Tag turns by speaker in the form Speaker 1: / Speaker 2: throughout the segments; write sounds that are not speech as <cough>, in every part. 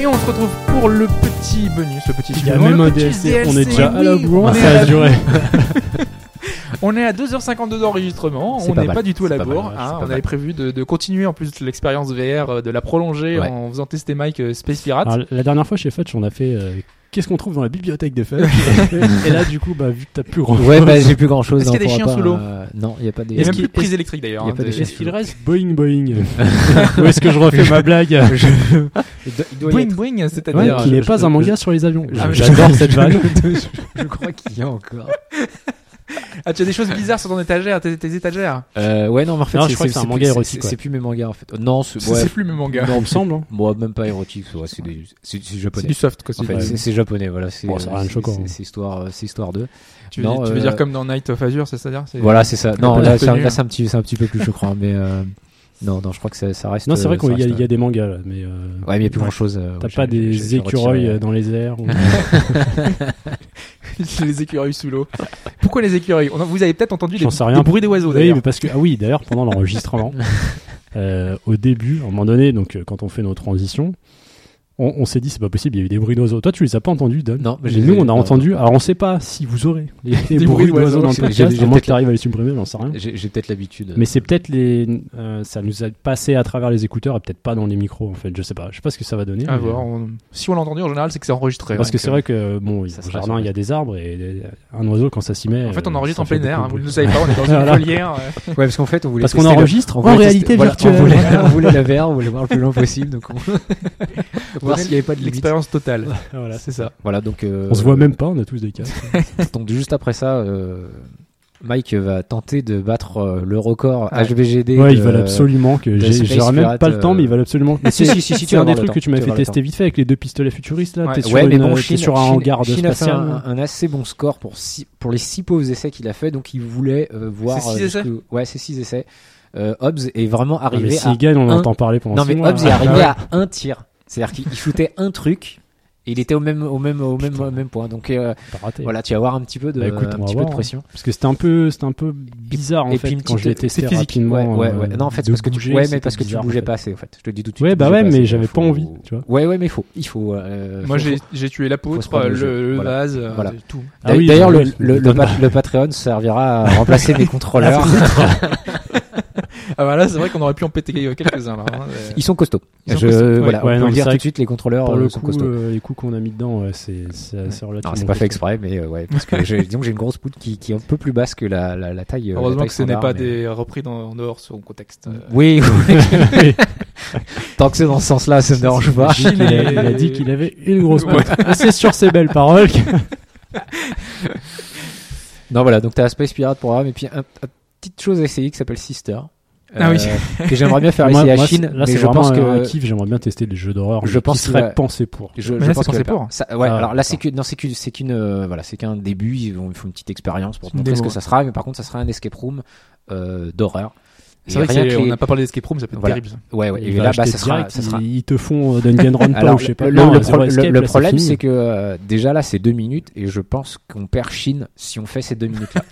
Speaker 1: Et on se retrouve pour le petit bonus, le petit
Speaker 2: Il y a
Speaker 1: supplément,
Speaker 2: même
Speaker 1: le
Speaker 2: un
Speaker 1: petit
Speaker 2: DLC. On est déjà
Speaker 1: Oui,
Speaker 2: à la
Speaker 1: oui,
Speaker 2: bourre.
Speaker 1: on, est
Speaker 2: Ça
Speaker 1: à,
Speaker 2: a duré.
Speaker 1: on est à 2h52 d'enregistrement.
Speaker 3: C'est
Speaker 1: On
Speaker 3: pas
Speaker 1: n'est
Speaker 3: mal,
Speaker 1: pas du tout à
Speaker 3: c'est
Speaker 1: la
Speaker 3: pas mal,
Speaker 1: bourre.
Speaker 3: ouais,
Speaker 1: hein.
Speaker 3: c'est pas
Speaker 1: on
Speaker 3: mal.
Speaker 1: avait prévu de, de continuer en plus l'expérience VR, euh, de la prolonger
Speaker 3: Ouais.
Speaker 1: en faisant tester Mike euh, Space Pirate.
Speaker 2: Alors, la dernière fois chez Fetch, on a fait euh, qu'est-ce qu'on trouve dans la bibliothèque de Fetch <laughs> Et là, du coup, bah, vu que t'as plus grand
Speaker 3: Ouais, bah,
Speaker 2: <laughs>
Speaker 3: j'ai plus grand chose.
Speaker 1: Est-ce qu'il y a des chiens sous l'eau
Speaker 2: euh,
Speaker 3: Non, il n'y a pas
Speaker 1: Il n'y a
Speaker 3: des.
Speaker 1: même
Speaker 2: qu'il-
Speaker 1: plus de prise
Speaker 2: est-ce-
Speaker 1: électrique d'ailleurs.
Speaker 3: il y a
Speaker 1: hein,
Speaker 3: pas de
Speaker 1: de-
Speaker 2: Est-ce qu'il reste Boeing <laughs> Boeing Ou est-ce que je refais ma blague
Speaker 3: Il doit- il doit y
Speaker 1: Boing
Speaker 3: être.
Speaker 1: boing, euh, c'est-à-dire.
Speaker 2: ouais, Qu'il
Speaker 3: je-
Speaker 2: n'est
Speaker 3: je-
Speaker 2: pas un
Speaker 3: je-
Speaker 2: manga sur les avions.
Speaker 3: Ah, mais
Speaker 2: J'adore cette <laughs> vanne.
Speaker 3: <laughs> Je crois qu'il y a encore.
Speaker 1: Ah, tu as des choses bizarres sur ton étagère, tes, tes étagères.
Speaker 3: Euh, ouais, non, mais en fait,
Speaker 2: Non, je
Speaker 3: c'est-
Speaker 2: crois que c'est
Speaker 3: c'est
Speaker 2: un
Speaker 3: plus-
Speaker 2: manga
Speaker 3: c'est-
Speaker 2: érotique,
Speaker 3: c'est- C'est
Speaker 2: ouais.
Speaker 3: plus mes mangas en fait. Non, c'est.
Speaker 1: C'est
Speaker 3: ouais,
Speaker 1: plus mes mangas.
Speaker 2: Non, il me semble. hein.
Speaker 3: Moi, même pas érotique, ouais, c'est des- c'est c'est
Speaker 1: C'est
Speaker 3: japonais.
Speaker 1: du soft quoi.
Speaker 3: En fait,
Speaker 1: c'est-
Speaker 3: c'est c'est japonais, voilà.
Speaker 2: Bon, ça a rien de
Speaker 3: c'est-
Speaker 2: choquant,
Speaker 3: c'est-
Speaker 2: hein.
Speaker 3: C'est histoire, euh, c'est histoire d'eux.
Speaker 1: tu veux,
Speaker 3: non,
Speaker 1: tu veux
Speaker 3: euh,
Speaker 1: dire comme dans Night of Azure, c'est ça
Speaker 3: Voilà, c'est ça.
Speaker 1: on
Speaker 3: Non,
Speaker 1: peut
Speaker 3: là,
Speaker 1: dire
Speaker 3: c'est
Speaker 1: connu,
Speaker 3: un- là,
Speaker 1: hein.
Speaker 3: c'est un petit, c'est un petit peu plus, je crois. hein, Mais euh, non, non, je crois que ça, ça reste.
Speaker 2: Non, c'est vrai
Speaker 3: euh,
Speaker 2: qu'il
Speaker 3: ça
Speaker 2: y, a-
Speaker 3: reste,
Speaker 2: il y a des mangas là, mais. euh,
Speaker 3: euh, Ouais, mais il y a plus
Speaker 2: ouais.
Speaker 3: grand chose.
Speaker 2: T'as pas des écureuils euh, dans les airs <laughs> ou-
Speaker 1: <laughs> les écureuils sous l'eau. Pourquoi les écureuils On en- Vous avez peut-être entendu les,
Speaker 2: J'en sais
Speaker 1: les
Speaker 2: rien.
Speaker 1: bruits des oiseaux
Speaker 2: Oui,
Speaker 1: d'ailleurs.
Speaker 2: mais parce que ah oui, d'ailleurs pendant l'enregistrement, euh, au début, à un moment donné, donc euh, quand on fait nos transitions, on, on s'est dit c'est pas possible, il y a eu des bruits d'oiseaux. Toi, tu les as pas entendus, Dan
Speaker 3: Non, mais
Speaker 2: mais
Speaker 3: je les
Speaker 2: nous,
Speaker 3: ai-
Speaker 2: on a
Speaker 3: non,
Speaker 2: entendu. Alors, on sait pas si vous aurez les, les bruits d'oiseaux dans le
Speaker 3: aussi. J'ai-
Speaker 2: podcast.
Speaker 3: j'ai
Speaker 2: À moins que
Speaker 3: peut-être-
Speaker 2: t'arrives à les supprimer, j'en sais rien.
Speaker 3: J'ai j'ai peut-être l'habitude.
Speaker 2: Mais c'est peut-être les, euh, ça nous a passé à travers les écouteurs et peut-être pas dans les micros en fait. Je sais pas. Je sais pas ce que ça va donner.
Speaker 1: À
Speaker 2: mais-
Speaker 1: voir, on- Si on l'a entendu en général, c'est que c'est enregistré.
Speaker 2: Parce que
Speaker 1: donc,
Speaker 2: c'est vrai que bon, dans
Speaker 3: ça
Speaker 2: le
Speaker 3: sera
Speaker 2: jardin,
Speaker 3: sur-
Speaker 2: il y a des arbres et euh, un oiseau quand ça s'y met.
Speaker 1: euh, En fait, on
Speaker 2: euh,
Speaker 1: enregistre
Speaker 2: ça
Speaker 1: en plein
Speaker 2: fait
Speaker 1: air.
Speaker 2: beaucoup
Speaker 1: hein,
Speaker 2: de
Speaker 1: Vous ne
Speaker 2: bruit.
Speaker 1: le savez pas, on est dans une
Speaker 2: Voilà.
Speaker 1: volière. euh.
Speaker 3: Ouais, parce qu'en fait, on voulait.
Speaker 2: Parce qu'on
Speaker 3: tester le-
Speaker 2: enregistre
Speaker 3: on
Speaker 2: en
Speaker 3: voulait
Speaker 2: réalité
Speaker 3: tester- voilà,
Speaker 2: virtuelle.
Speaker 3: On voulait, on voulait la VR, on voulait voir le plus loin possible, donc on voir s'il n'y avait pas de limite.
Speaker 1: L'expérience totale.
Speaker 2: <laughs> Voilà.
Speaker 1: C'est ça.
Speaker 3: Voilà, donc euh,
Speaker 2: On se voit même pas, on a tous des casques.
Speaker 3: Donc juste après ça, euh, Mike va tenter de battre euh, le record
Speaker 1: Ah Ouais.
Speaker 3: HBGD.
Speaker 2: Ouais,
Speaker 3: de-
Speaker 2: ils veulent absolument que.
Speaker 3: de
Speaker 2: j'ai-
Speaker 3: Space
Speaker 2: J'aurais même
Speaker 3: Pirate,
Speaker 2: pas le temps,
Speaker 3: euh,
Speaker 2: mais ils veulent absolument. Mais
Speaker 3: Si,
Speaker 2: c'est-
Speaker 3: si, si, si,
Speaker 2: c'est
Speaker 3: tu
Speaker 2: un
Speaker 3: vas
Speaker 2: des
Speaker 3: avoir le
Speaker 2: trucs que
Speaker 3: temps,
Speaker 2: tu m'as
Speaker 3: tu vas
Speaker 2: fait
Speaker 3: avoir le
Speaker 2: tester vite fait avec les deux pistolets futuristes là.
Speaker 1: Ouais.
Speaker 2: T'es sur,
Speaker 3: Ouais, mais
Speaker 2: une-
Speaker 3: bon,
Speaker 2: t'es
Speaker 3: Chine,
Speaker 2: sur un
Speaker 3: Chine-
Speaker 2: hangar de
Speaker 3: Chine a fait
Speaker 2: spatial.
Speaker 3: un, un assez bon score pour, six- pour les 6 pauvres essais qu'il a fait, donc il voulait euh, voir.
Speaker 1: C'est six
Speaker 3: euh,
Speaker 1: essais
Speaker 3: jusqu'où- Ouais, c'est 6 essais. Euh, Hobbs est vraiment
Speaker 2: Ah, mais
Speaker 3: arrivé
Speaker 2: s'ils
Speaker 3: à.
Speaker 2: gagnent, on
Speaker 3: un-
Speaker 2: entend parler pendant
Speaker 3: Non,
Speaker 2: six
Speaker 3: mais
Speaker 2: mois.
Speaker 3: Hobbs est
Speaker 2: Ah,
Speaker 3: arrivé
Speaker 2: ouais.
Speaker 3: à un tir. C'est-à-dire qu'il il shootait un truc. Et il était au même, au même, au même, au même point. Donc euh,
Speaker 2: Pas raté.
Speaker 3: voilà, tu vas avoir un petit peu de,
Speaker 2: Bah, écoute,
Speaker 3: un
Speaker 2: on va
Speaker 3: petit peu
Speaker 2: voir,
Speaker 3: de pression.
Speaker 2: Parce que c'était un peu, c'était un peu bizarre en
Speaker 3: et
Speaker 2: fait
Speaker 3: puis une
Speaker 2: quand je l'ai
Speaker 3: petite-
Speaker 2: testé
Speaker 1: c'est physique.
Speaker 3: Ouais,
Speaker 2: rapidement.
Speaker 3: ouais,
Speaker 2: euh,
Speaker 3: ouais. Non, en fait,
Speaker 2: de
Speaker 3: c'est parce que tu,
Speaker 2: bouger,
Speaker 3: ouais, mais
Speaker 2: c'était
Speaker 3: parce que tu
Speaker 2: bizarre, en
Speaker 3: bougeais
Speaker 2: fait.
Speaker 3: pas assez, en fait. Je te le dis tout de suite.
Speaker 2: Ouais,
Speaker 3: tu
Speaker 2: bah
Speaker 3: bougeais
Speaker 2: ouais,
Speaker 3: pas assez.
Speaker 2: mais j'avais
Speaker 3: Faut-
Speaker 2: pas envie, tu vois.
Speaker 3: Ouais, ouais, mais il faut, il faut. euh,
Speaker 1: Moi,
Speaker 3: faut-
Speaker 1: j'ai j'ai tué la
Speaker 3: se prendre
Speaker 1: poutre,
Speaker 3: le jeu.
Speaker 1: le le
Speaker 3: Voilà.
Speaker 1: vase. euh,
Speaker 3: Voilà.
Speaker 1: Tout.
Speaker 2: Ah oui,
Speaker 3: D'ailleurs,
Speaker 2: bah
Speaker 3: le,
Speaker 2: oui,
Speaker 3: le, le, pat- le Patreon servira à remplacer mes contrôleurs.
Speaker 1: Ah bah là, c'est vrai qu'on aurait pu en péter euh, quelques-uns là. hein, euh.
Speaker 3: Ils sont costauds.
Speaker 1: Ils sont
Speaker 3: Je-
Speaker 1: costauds, ouais.
Speaker 3: Voilà,
Speaker 2: Ouais,
Speaker 3: on
Speaker 2: non,
Speaker 3: peut le
Speaker 2: mais c'est
Speaker 3: dire tout
Speaker 2: vrai
Speaker 3: de suite, les contrôleurs
Speaker 2: Pour
Speaker 3: euh,
Speaker 2: le
Speaker 3: sont
Speaker 2: coup,
Speaker 3: costauds.
Speaker 2: euh, les coups qu'on a mis dedans, ouais, c'est c'est assez relativement.
Speaker 3: non, c'est pas fait
Speaker 2: costaud.
Speaker 3: exprès, mais euh, ouais, parce que j'ai- disons que j'ai une grosse poutre qui, qui est un peu plus basse que la, la, la taille. euh, la
Speaker 1: Heureusement
Speaker 3: taille
Speaker 1: que ce n'est
Speaker 3: standard,
Speaker 1: pas
Speaker 3: mais-
Speaker 1: des repris dans- en dehors sur son contexte. euh.
Speaker 3: Oui, oui. <laughs> Tant que c'est dans ce sens-là, ça ne dérange pas.
Speaker 2: Il a, il a dit qu'il avait une grosse pote. C'est sur ces belles paroles que
Speaker 3: Non, voilà, donc t'as Space Pirate Programme et puis un- une petite chose à essayer qui s'appelle Sister. Euh,
Speaker 1: Ah oui.
Speaker 3: Que j'aimerais bien faire
Speaker 2: Moi-
Speaker 3: essayer
Speaker 2: moi,
Speaker 3: à Chine,
Speaker 2: c'est- Là,
Speaker 3: mais
Speaker 2: c'est
Speaker 3: je
Speaker 2: vraiment
Speaker 3: pense
Speaker 2: un
Speaker 3: que.
Speaker 2: kiff. J'aimerais bien tester des jeux d'horreur.
Speaker 3: Je
Speaker 2: mais
Speaker 3: pense
Speaker 2: qui
Speaker 3: qu'il
Speaker 2: serait
Speaker 3: va-
Speaker 2: pensé pour.
Speaker 3: Je,
Speaker 1: Mais
Speaker 3: je
Speaker 1: là,
Speaker 3: pense
Speaker 1: c'est
Speaker 3: que
Speaker 1: censé pour.
Speaker 3: ça- ouais,
Speaker 2: Ah,
Speaker 3: alors là, c'est
Speaker 2: d'accord.
Speaker 3: que, non, c'est que, c'est qu'une, euh, voilà, c'est qu'un début. Ils vont, il faut une petite expérience pour te
Speaker 1: Une
Speaker 3: montrer ce
Speaker 1: démo.
Speaker 3: que ça sera. Mais par contre, ça sera un escape room euh, d'horreur. Et
Speaker 1: C'est vrai que
Speaker 3: rien
Speaker 1: c'est-
Speaker 3: que
Speaker 1: on
Speaker 3: les-
Speaker 1: n'a pas parlé d'escape room, ça peut être
Speaker 3: Voilà.
Speaker 1: terrible. ça.
Speaker 3: Ouais, ouais.
Speaker 2: Il
Speaker 3: Et
Speaker 2: va
Speaker 3: là, bah,
Speaker 2: acheter
Speaker 3: ça sera,
Speaker 2: direct,
Speaker 3: ça
Speaker 2: ils-
Speaker 3: sera.
Speaker 2: Ils te font euh,
Speaker 3: <laughs>
Speaker 2: Danganronpa
Speaker 3: Alors,
Speaker 2: ou je sais pas.
Speaker 3: le,
Speaker 2: Non,
Speaker 3: le
Speaker 2: Zero
Speaker 3: pro- le-
Speaker 2: Escape,
Speaker 3: le
Speaker 2: là, c'est
Speaker 3: problème,
Speaker 2: fini.
Speaker 3: c'est que euh, déjà là, c'est deux minutes, et je pense qu'on perd Chine si on fait ces
Speaker 2: <laughs>
Speaker 3: deux minutes-là.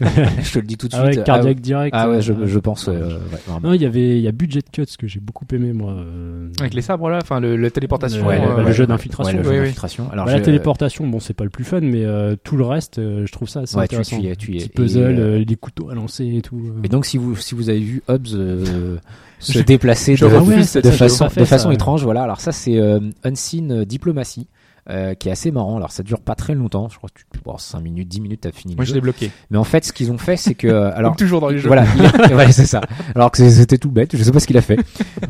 Speaker 3: je te le dis tout de
Speaker 2: Ah
Speaker 3: suite.
Speaker 2: ouais, cardiaque direct.
Speaker 3: Ah, ouais,
Speaker 2: euh,
Speaker 3: je, je pense.
Speaker 2: ouais.
Speaker 3: euh, ouais, vraiment.
Speaker 2: Non, il y avait, il y a Budget Cuts que j'ai beaucoup aimé moi. euh,
Speaker 1: Avec les sabres là, enfin le, la téléportation.
Speaker 2: Ouais,
Speaker 1: euh,
Speaker 2: bah, le jeu d'infiltration.
Speaker 3: Ouais, le jeu
Speaker 1: Oui, oui.
Speaker 3: d'infiltration. Alors,
Speaker 2: bah, la
Speaker 3: je-
Speaker 2: téléportation, bon, c'est pas le plus fun, mais euh, tout le reste, euh, je trouve ça assez
Speaker 3: Ouais, tu,
Speaker 2: intéressant.
Speaker 3: tu y es, tu y es.
Speaker 2: Petit
Speaker 3: Et,
Speaker 2: puzzle,
Speaker 3: euh,
Speaker 2: euh, les couteaux à lancer et tout. euh.
Speaker 3: Et donc si vous si vous avez vu Hobbs
Speaker 2: <laughs>
Speaker 3: euh, se
Speaker 1: Je-
Speaker 3: déplacer
Speaker 1: je
Speaker 3: de,
Speaker 1: refuse
Speaker 3: de
Speaker 2: cette- Ah ça, je
Speaker 3: façon
Speaker 2: l'ai pas fait,
Speaker 3: de
Speaker 2: ça,
Speaker 3: façon
Speaker 2: ouais.
Speaker 3: étrange voilà alors ça c'est euh, Unseen Diplomacy euh, qui est assez marrant alors ça dure pas très longtemps je crois que tu peux 5 minutes 10 minutes t'as fini le
Speaker 1: Moi je
Speaker 3: jeu.
Speaker 1: l'ai bloqué.
Speaker 3: mais en fait ce qu'ils ont fait c'est
Speaker 2: <laughs>
Speaker 3: que euh, alors
Speaker 1: Comme toujours dans les jeux. <laughs>
Speaker 3: voilà <laughs> il- ouais, c'est ça alors que c'est- c'était tout bête je sais pas ce qu'il a fait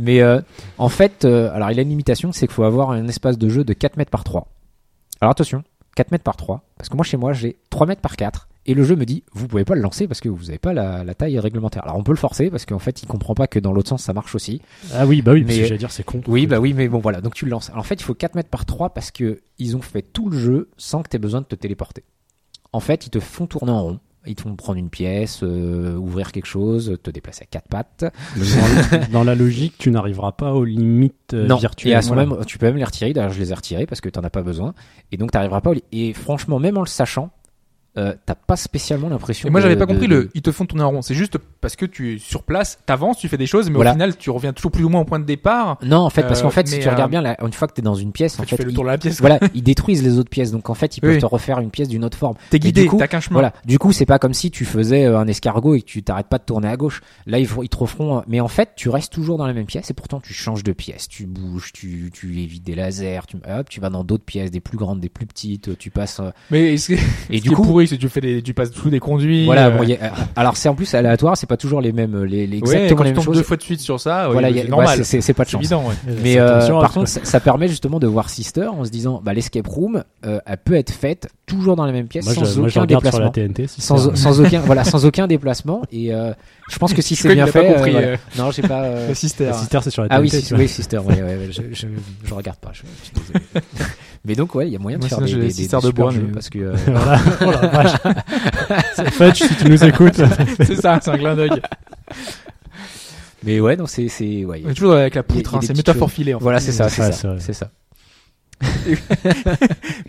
Speaker 3: mais euh, en fait euh, alors il a une limitation c'est qu'il faut avoir un espace de jeu de 4 mètres par 3 alors attention 4 mètres par 3 parce que moi chez moi j'ai 3 mètres par 4 et le jeu me dit vous pouvez pas le lancer parce que vous avez pas la, la taille réglementaire alors on peut le forcer parce qu'en fait il comprend pas que dans l'autre sens ça marche aussi
Speaker 2: Ah oui, bah oui, parce
Speaker 3: mais-
Speaker 2: que j'allais dire c'est con.
Speaker 3: oui bah oui mais bon voilà donc tu le lances alors en fait il faut 4 mètres par 3 parce que ils ont fait tout le jeu sans que tu aies besoin de te téléporter en fait ils te font tourner en rond ils te font prendre une pièce, euh, ouvrir quelque chose, te déplacer à quatre pattes.
Speaker 2: Dans, dans la logique, tu n'arriveras pas aux limites euh,
Speaker 3: non.
Speaker 2: virtuelles.
Speaker 3: Et à ce
Speaker 2: Voilà.
Speaker 3: moment même, tu peux même les retirer. D'ailleurs, je les ai retirés parce que t'en as pas besoin. Et donc, t'arriveras pas. au li- Et franchement, même en le sachant, euh, t'as pas spécialement l'impression.
Speaker 1: Et moi,
Speaker 3: de-
Speaker 1: j'avais pas
Speaker 3: de-
Speaker 1: compris
Speaker 3: de-
Speaker 1: le ils te font tourner en rond. C'est juste parce que tu es sur place, t'avances, tu fais des choses, mais
Speaker 3: Voilà.
Speaker 1: au final, tu reviens toujours plus ou moins au point de départ.
Speaker 3: Non, en fait, parce
Speaker 1: Euh,
Speaker 3: qu'en fait, si
Speaker 1: mais,
Speaker 3: tu regardes
Speaker 1: euh,
Speaker 3: bien, là, une fois que t'es dans une pièce, en
Speaker 1: tu
Speaker 3: fait,
Speaker 1: fais le
Speaker 3: ils-
Speaker 1: tour de la pièce.
Speaker 3: voilà, ils détruisent les autres pièces. Donc en fait, ils peuvent
Speaker 1: Oui.
Speaker 3: te refaire une pièce d'une autre forme.
Speaker 1: T'es guidé,
Speaker 3: du coup,
Speaker 1: t'as qu'un chemin.
Speaker 3: Voilà. Du coup, c'est pas comme si tu faisais euh, un escargot et que tu t'arrêtes pas de tourner à gauche. Là, ils, font- ils te referont. euh, Mais en fait, tu restes toujours dans la même pièce et pourtant tu changes de pièce. Tu bouges, tu, tu évites des lasers, tu, hop, tu vas dans d'autres pièces, des plus grandes, des plus petites. Tu passes. euh,
Speaker 1: Mais est-ce que
Speaker 3: Et
Speaker 1: ce
Speaker 3: du
Speaker 1: qui est
Speaker 3: coup,
Speaker 1: pourri, c'est que tu fais des, tu passes sous des conduits.
Speaker 3: voilà.
Speaker 1: euh,
Speaker 3: bon, y a- euh, alors c'est en plus aléatoire. C'est pas toujours les mêmes, euh, les, les-
Speaker 1: ouais,
Speaker 3: exactement
Speaker 1: quand
Speaker 3: les
Speaker 1: tu
Speaker 3: mêmes
Speaker 1: tombes
Speaker 3: choses.
Speaker 1: deux fois de suite sur ça, ouais,
Speaker 3: voilà, y a-
Speaker 1: c'est
Speaker 3: ouais,
Speaker 1: normal.
Speaker 3: c'est- c'est c'est pas de
Speaker 1: c'est
Speaker 3: chance.
Speaker 1: évident. ouais.
Speaker 3: Mais
Speaker 2: Faites
Speaker 3: euh,
Speaker 2: attention, hein,
Speaker 3: par
Speaker 2: parce
Speaker 3: contre,
Speaker 2: que-
Speaker 3: ça, ça permet justement de voir Sister en se disant, bah, l'escape room, euh, elle peut être faite toujours dans la même pièce
Speaker 2: moi, je,
Speaker 3: sans
Speaker 2: moi, je
Speaker 3: aucun
Speaker 2: regarde sur la
Speaker 3: déplacement.
Speaker 2: TNT. si
Speaker 3: Sans,
Speaker 2: ça-
Speaker 3: sans aucun, voilà, sans aucun déplacement. Et euh, je pense que si
Speaker 1: Je
Speaker 3: c'est
Speaker 1: crois
Speaker 3: bien
Speaker 1: qu'il a
Speaker 3: fait,
Speaker 1: pas compris,
Speaker 3: voilà.
Speaker 1: euh,
Speaker 3: non, j'ai pas.
Speaker 1: <laughs>
Speaker 3: euh,
Speaker 1: la sister.
Speaker 2: la sister, c'est sur la TNT.
Speaker 3: Ah oui,
Speaker 2: tu
Speaker 3: si-
Speaker 2: vois.
Speaker 3: oui, Sister, oui, ouais, ouais, je, je, je regarde pas. Je, je suis désolé. mais donc, ouais, il y a moyen de
Speaker 1: Moi,
Speaker 3: faire
Speaker 1: sinon,
Speaker 3: des,
Speaker 1: j'ai
Speaker 3: des,
Speaker 1: les
Speaker 3: des
Speaker 1: Sisters de
Speaker 3: super
Speaker 1: bois,
Speaker 3: jeux
Speaker 1: mais-
Speaker 3: parce que euh,
Speaker 2: <laughs> Voilà.
Speaker 3: <laughs>
Speaker 2: Oh la vache. Fudge, si tu nous écoutes.
Speaker 1: c'est ça, c'est un clin d'œil.
Speaker 3: Mais ouais, non, c'est c'est ouais. il y a-
Speaker 1: On est toujours avec la
Speaker 3: Il y a-
Speaker 1: poutre,
Speaker 3: il y a
Speaker 1: hein,
Speaker 3: des
Speaker 1: c'est
Speaker 3: petites
Speaker 1: métaphore filée. en fait.
Speaker 3: Voilà, c'est ça,
Speaker 2: C'est
Speaker 3: c'est
Speaker 2: vrai, c'est
Speaker 3: ça,
Speaker 2: vrai.
Speaker 3: c'est ça.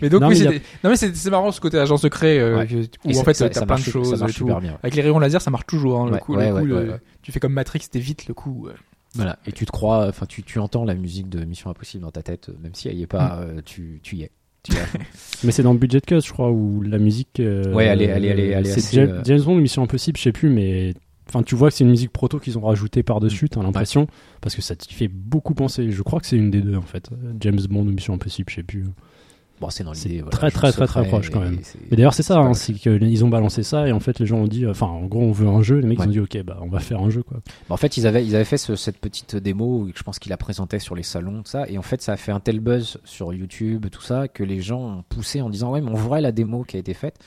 Speaker 1: Mais donc,
Speaker 2: Non,
Speaker 1: oui,
Speaker 2: mais il y a-
Speaker 1: c'était- non, mais c'est c'est marrant ce côté agent secret euh,
Speaker 3: Ouais.
Speaker 1: que-
Speaker 3: Et
Speaker 1: où en
Speaker 3: ça-
Speaker 1: fait
Speaker 3: ça-
Speaker 1: t'as
Speaker 3: ça
Speaker 1: plein de
Speaker 3: marche-
Speaker 1: choses.
Speaker 3: Ça
Speaker 1: et
Speaker 3: marche
Speaker 1: tout.
Speaker 3: super bien.
Speaker 1: Avec les rayons laser, ça marche toujours. hein,
Speaker 3: Ouais,
Speaker 1: le coup,
Speaker 3: ouais,
Speaker 1: le coup,
Speaker 3: ouais,
Speaker 1: le-
Speaker 3: ouais.
Speaker 1: tu fais comme Matrix, t'évites le coup. euh.
Speaker 3: Voilà. Et tu te crois, enfin, tu, tu entends la musique de Mission Impossible dans ta tête, euh, même si elle y est pas, euh, tu, tu y es. Tu y es à fond.
Speaker 2: Mais c'est dans Budget Cut, je crois, où la musique. euh,
Speaker 3: Ouais, elle est- elle est- elle est- elle est
Speaker 2: c'est
Speaker 3: assez,
Speaker 2: James-
Speaker 3: euh,
Speaker 2: James Bond, Mission Impossible, je sais plus, mais. Enfin, tu vois que c'est une musique proto qu'ils ont rajoutée par-dessus, t'as l'impression, parce que ça t'y fait beaucoup penser. Je crois que c'est une des deux, en fait. James Bond ou Mission Impossible, je sais plus.
Speaker 3: bon, c'est dans
Speaker 2: C'est
Speaker 3: l'idée. voilà,
Speaker 2: très,
Speaker 3: je
Speaker 2: très,
Speaker 3: le
Speaker 2: très, très
Speaker 3: sauterai,
Speaker 2: proche, quand
Speaker 3: et
Speaker 2: même.
Speaker 3: c'est-
Speaker 2: Mais d'ailleurs, c'est ça,
Speaker 3: C'est
Speaker 2: hein,
Speaker 3: pas-
Speaker 2: c'est qu'ils ont balancé ça, et en fait, les gens ont dit, euh, enfin, en gros, on veut un jeu, les mecs
Speaker 3: Ouais.
Speaker 2: ont dit, ok, bah, on va faire un jeu, quoi.
Speaker 3: Bah, en fait, ils avaient, ils avaient fait ce- cette petite démo, où je pense qu'ils la présentaient sur les salons, tout ça, et en fait, ça a fait un tel buzz sur YouTube, tout ça, que les gens ont poussé en disant, ouais, mais on voit la démo qui a été faite.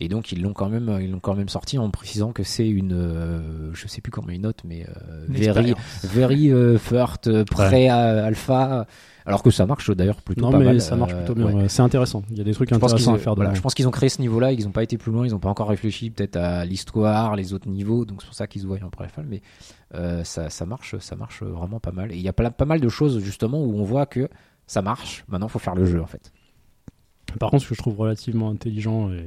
Speaker 3: Et donc, ils l'ont quand même, ils l'ont quand même sorti en précisant que c'est une, euh, je sais plus comment ils notent, mais euh,
Speaker 1: Une
Speaker 3: very,
Speaker 1: expérience.
Speaker 3: very euh, first, euh, pré euh, alpha. Alors que ça marche d'ailleurs plutôt
Speaker 2: Non,
Speaker 3: pas
Speaker 2: mais
Speaker 3: mal.
Speaker 2: ça marche
Speaker 3: euh,
Speaker 2: plutôt bien,
Speaker 3: ouais.
Speaker 2: ouais. c'est intéressant. Il y a des trucs
Speaker 3: Je pense, qu'ils
Speaker 2: intéressants
Speaker 3: ont,
Speaker 2: à faire
Speaker 3: voilà,
Speaker 2: dedans.
Speaker 3: je pense qu'ils ont créé ce niveau-là, et qu'ils n'ont pas été plus loin, ils n'ont pas encore réfléchi peut-être à l'histoire, les autres niveaux, donc c'est pour ça qu'ils se voient en préfal, mais euh, ça, ça marche, ça marche vraiment pas mal. Et il y a pas, pas mal de choses justement où on voit que ça marche, maintenant faut faire le jeu en fait.
Speaker 2: Par contre, ce que je trouve relativement intelligent et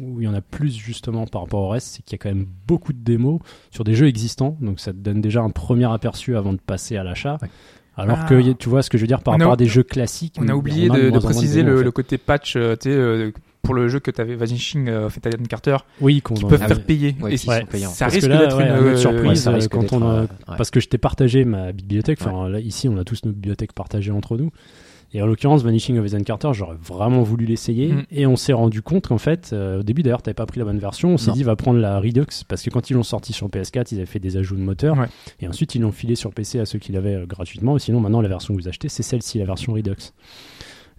Speaker 2: où il y en a plus justement par rapport au reste, c'est qu'il y a quand même beaucoup de démos sur des jeux existants. Donc ça te donne déjà un premier aperçu avant de passer à l'achat.
Speaker 3: Ouais.
Speaker 2: Alors
Speaker 1: Ah.
Speaker 2: que y a- tu vois ce que je veux dire par
Speaker 1: On a-
Speaker 2: rapport à des jeux classiques.
Speaker 1: On a oublié
Speaker 2: on
Speaker 1: de,
Speaker 2: moins en
Speaker 1: de
Speaker 2: moins
Speaker 1: préciser
Speaker 2: démos,
Speaker 1: le,
Speaker 2: en fait.
Speaker 1: le côté patch euh, tu sais, euh, pour le jeu que t'avais Vanishing euh, fait Alan Carter
Speaker 2: Oui, qu'on
Speaker 1: qui
Speaker 2: en
Speaker 1: peuvent
Speaker 2: a-
Speaker 1: faire payer.
Speaker 3: Ouais,
Speaker 1: Et
Speaker 3: s'ils sont payants.
Speaker 1: ça
Speaker 2: Parce
Speaker 1: risque
Speaker 2: que là,
Speaker 1: d'être
Speaker 2: ouais,
Speaker 1: une
Speaker 2: un autre
Speaker 1: euh,
Speaker 2: surprise. Oui, ça risque quand on a-
Speaker 3: euh, ouais.
Speaker 2: Parce que je t'ai partagé ma bibliothèque. Enfin, là, ici, on a tous nos bibliothèques partagées entre nous. Et en l'occurrence, Vanishing of Ethan Carter, j'aurais vraiment voulu l'essayer.
Speaker 1: Mm.
Speaker 2: Et on s'est rendu compte qu'en fait, euh, au début d'ailleurs, t'avais pas pris la bonne version. On s'est
Speaker 3: Non.
Speaker 2: dit, va prendre la Redux. Parce que quand ils l'ont sorti sur PS4, ils avaient fait des ajouts de moteur.
Speaker 1: Ouais.
Speaker 2: Et ensuite, ils l'ont filé sur PC à ceux qui l'avaient euh, gratuitement. Et sinon, maintenant, la version que vous achetez, c'est celle-ci, la version Redux.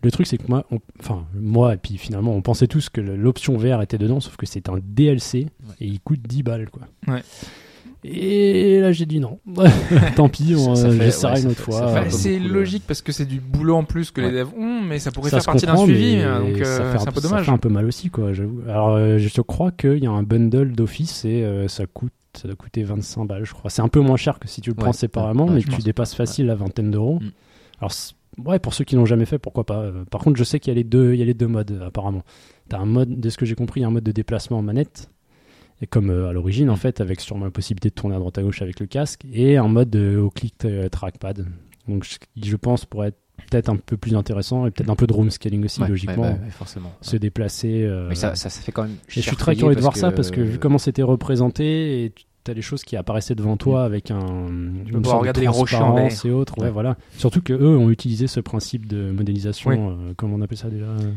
Speaker 2: Le truc, c'est que moi, on- enfin, moi, et puis finalement, on pensait tous que le- l'option VR était dedans, sauf que c'est un DLC et il coûte 10 balles, quoi.
Speaker 1: Ouais.
Speaker 2: Et là, j'ai dit non. <laughs> Tant pis, on,
Speaker 3: Ça- ça
Speaker 2: euh,
Speaker 3: fait-
Speaker 2: j'essaierai
Speaker 3: ouais,
Speaker 2: une
Speaker 3: ça
Speaker 2: autre
Speaker 3: fait-
Speaker 2: fois.
Speaker 3: ça fait
Speaker 1: Enfin,
Speaker 2: Euh,
Speaker 3: assez
Speaker 1: c'est
Speaker 3: beaucoup de-
Speaker 1: logic parce que c'est du boulot en plus que les devs ont, mais ça pourrait
Speaker 2: ça
Speaker 1: faire
Speaker 2: se
Speaker 1: partie d'un
Speaker 2: comprend,
Speaker 1: suivi,
Speaker 2: mais
Speaker 1: euh, donc euh,
Speaker 2: ça fait
Speaker 1: c'est un peu
Speaker 2: ça
Speaker 1: dommage.
Speaker 2: fait un peu mal aussi, quoi, j'avoue. Alors, euh, je crois qu'il y a un bundle d'office et euh, ça coûte. Ça doit coûter 25 balles, je crois. C'est un peu moins cher que si tu le
Speaker 3: Ouais,
Speaker 2: prends séparément,
Speaker 3: ouais, ouais,
Speaker 2: mais
Speaker 3: je
Speaker 2: tu
Speaker 3: pense.
Speaker 2: dépasses facile la vingtaine d'euros.
Speaker 3: Mm.
Speaker 2: Alors, c'est- ouais, pour ceux qui l'ont jamais fait, pourquoi pas. Euh, Par contre, je sais qu'il y, a les deux- il y a les deux modes, apparemment. T'as un mode, de ce que j'ai compris, il y a un mode de déplacement en manette, et comme euh, à l'origine, en fait, avec sûrement la possibilité de tourner à droite à gauche avec le casque, et un mode de- au clic euh, trackpad. Donc, ce qui, je pense, pourrait être peut-être un peu plus intéressant, et peut-être un peu de room scaling aussi,
Speaker 3: Ouais,
Speaker 2: logiquement.
Speaker 3: ouais, ouais, ouais, forcément.
Speaker 2: Se déplacer. euh,
Speaker 3: Mais ça, ça, ça fait quand même.
Speaker 2: et je suis très curieux de voir ça parce que
Speaker 3: euh,
Speaker 2: vu comment c'était représenté, et tu as les choses qui apparaissaient devant toi avec un, une
Speaker 1: pouvoir
Speaker 2: sorte de
Speaker 1: regarder les rochers en
Speaker 2: transparence et autres. Ouais,
Speaker 3: Ouais.
Speaker 2: voilà. Surtout que eux ont utilisé ce principe de modélisation,
Speaker 1: Oui.
Speaker 2: euh, comment on appelle ça déjà, euh,